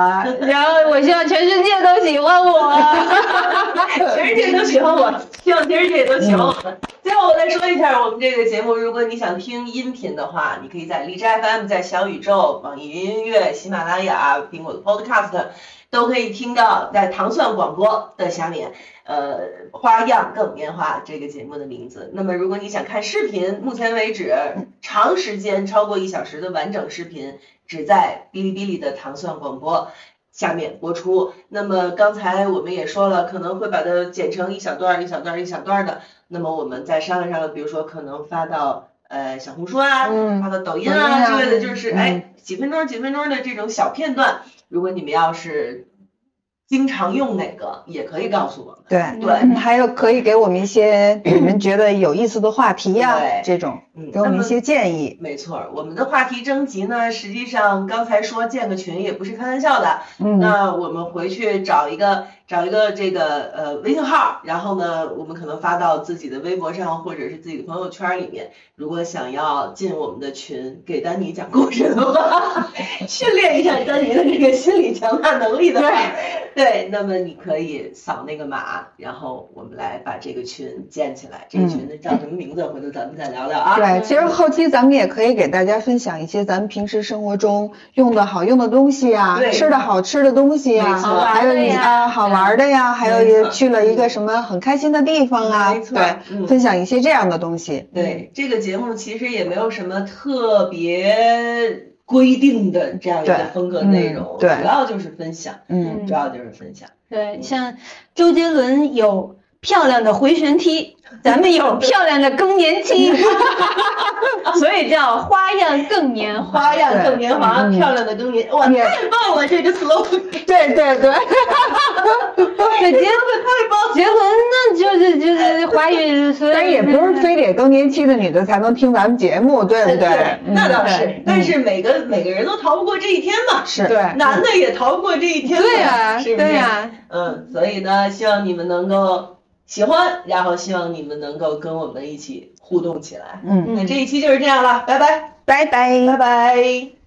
S6: 然后我希望全世界都喜欢我。
S2: 全世界都喜欢我，希望全世界都喜欢我们。 最后我再说一下，我们这个节目，如果你想听音频的话，你可以在荔枝 FM、在小宇宙、网易云音乐、喜马拉雅、苹果的 Podcast 都可以听到，在糖蒜广播的下面。呃，花样更年华这个节目的名字。那么，如果你想看视频，目前为止
S4: 嗯
S2: 长时间超过一小时的完整视频，只在哔哩哔哩的糖蒜广播下面播出。那么刚才我们也说了，可能会把它剪成一小段儿、一小段儿、一小段儿的。那么我们再商量商量，比如说可能发到呃小红书啊，
S4: 嗯
S2: 发到抖音
S4: 抖音
S2: 啊
S4: 啊
S2: 之类的，就是
S4: 嗯
S2: 哎几分钟、几分钟的这种小片段。如果你们要是经常用哪个，也可以告诉我们。
S4: 对，
S2: 对
S4: 嗯还有可以给我们一些你们觉得有意思的话题呀，
S2: 对
S4: 这种
S2: 嗯，
S4: 给我
S2: 那
S4: 们一
S2: 么
S4: 些建议，
S2: 没错儿，我们的话题征集呢，实际上刚才说建个群也不是开玩笑的。
S4: 嗯
S2: 那我们回去找一个找一个这个呃微信号，然后呢，我们可能发到自己的微博上或者是自己的朋友圈里面。如果想要进我们的群，给丹尼讲故事的话， 训练一下丹尼的这个心理强大能力的话，对，那么你可以扫那个码，然后我们来把这个群建起来。这个群叫什么名字？回头咱们再聊聊啊。
S4: 嗯对，其实后期咱们也可以给大家分享一些咱们平时生活中用的好用的东西呀，
S2: 对
S4: 吃的好吃的东西呀
S2: 没，错
S4: 还有你啊好玩的呀，还有
S2: 没
S4: 也
S2: 错
S4: 去了一个什么很开心的地方啊，
S2: 没错
S4: 对，
S2: 嗯
S4: 分享一些这样的东西，
S2: 对，这个节目其实也没有什么特别规定的这样一
S4: 对
S2: 个风格内容
S4: 嗯，对
S2: 主要就是分享，
S4: 嗯
S6: 嗯
S2: 主要就是分享。
S6: 对，像周杰伦有漂亮的回旋踢，咱们 有漂亮的更年期， 所以叫花样更年花。
S2: 花样更年华，
S4: 对嗯嗯
S2: 漂亮的更年，哇，
S4: 也
S2: 太棒了！这个 slogan，
S4: 对对对，
S6: 对结
S2: 太棒了！
S6: 结婚那就是就是怀孕，所以
S4: 但也不是非得更年期的女的才能听咱们节目，对不对？嗯
S2: 那倒
S4: 对
S2: 是，但是每个每个人都逃不过这一天嘛，
S4: 是对啊
S2: 男的也逃不过这一天嘛，
S6: 对呀
S2: 是不是
S6: 对呀，
S2: 嗯，所以呢，希望你们能够喜欢，然后希望你们能够跟我们一起互动起来。
S4: 嗯。
S2: 那这一期就是这样了，拜拜，
S6: 拜拜
S2: 拜拜。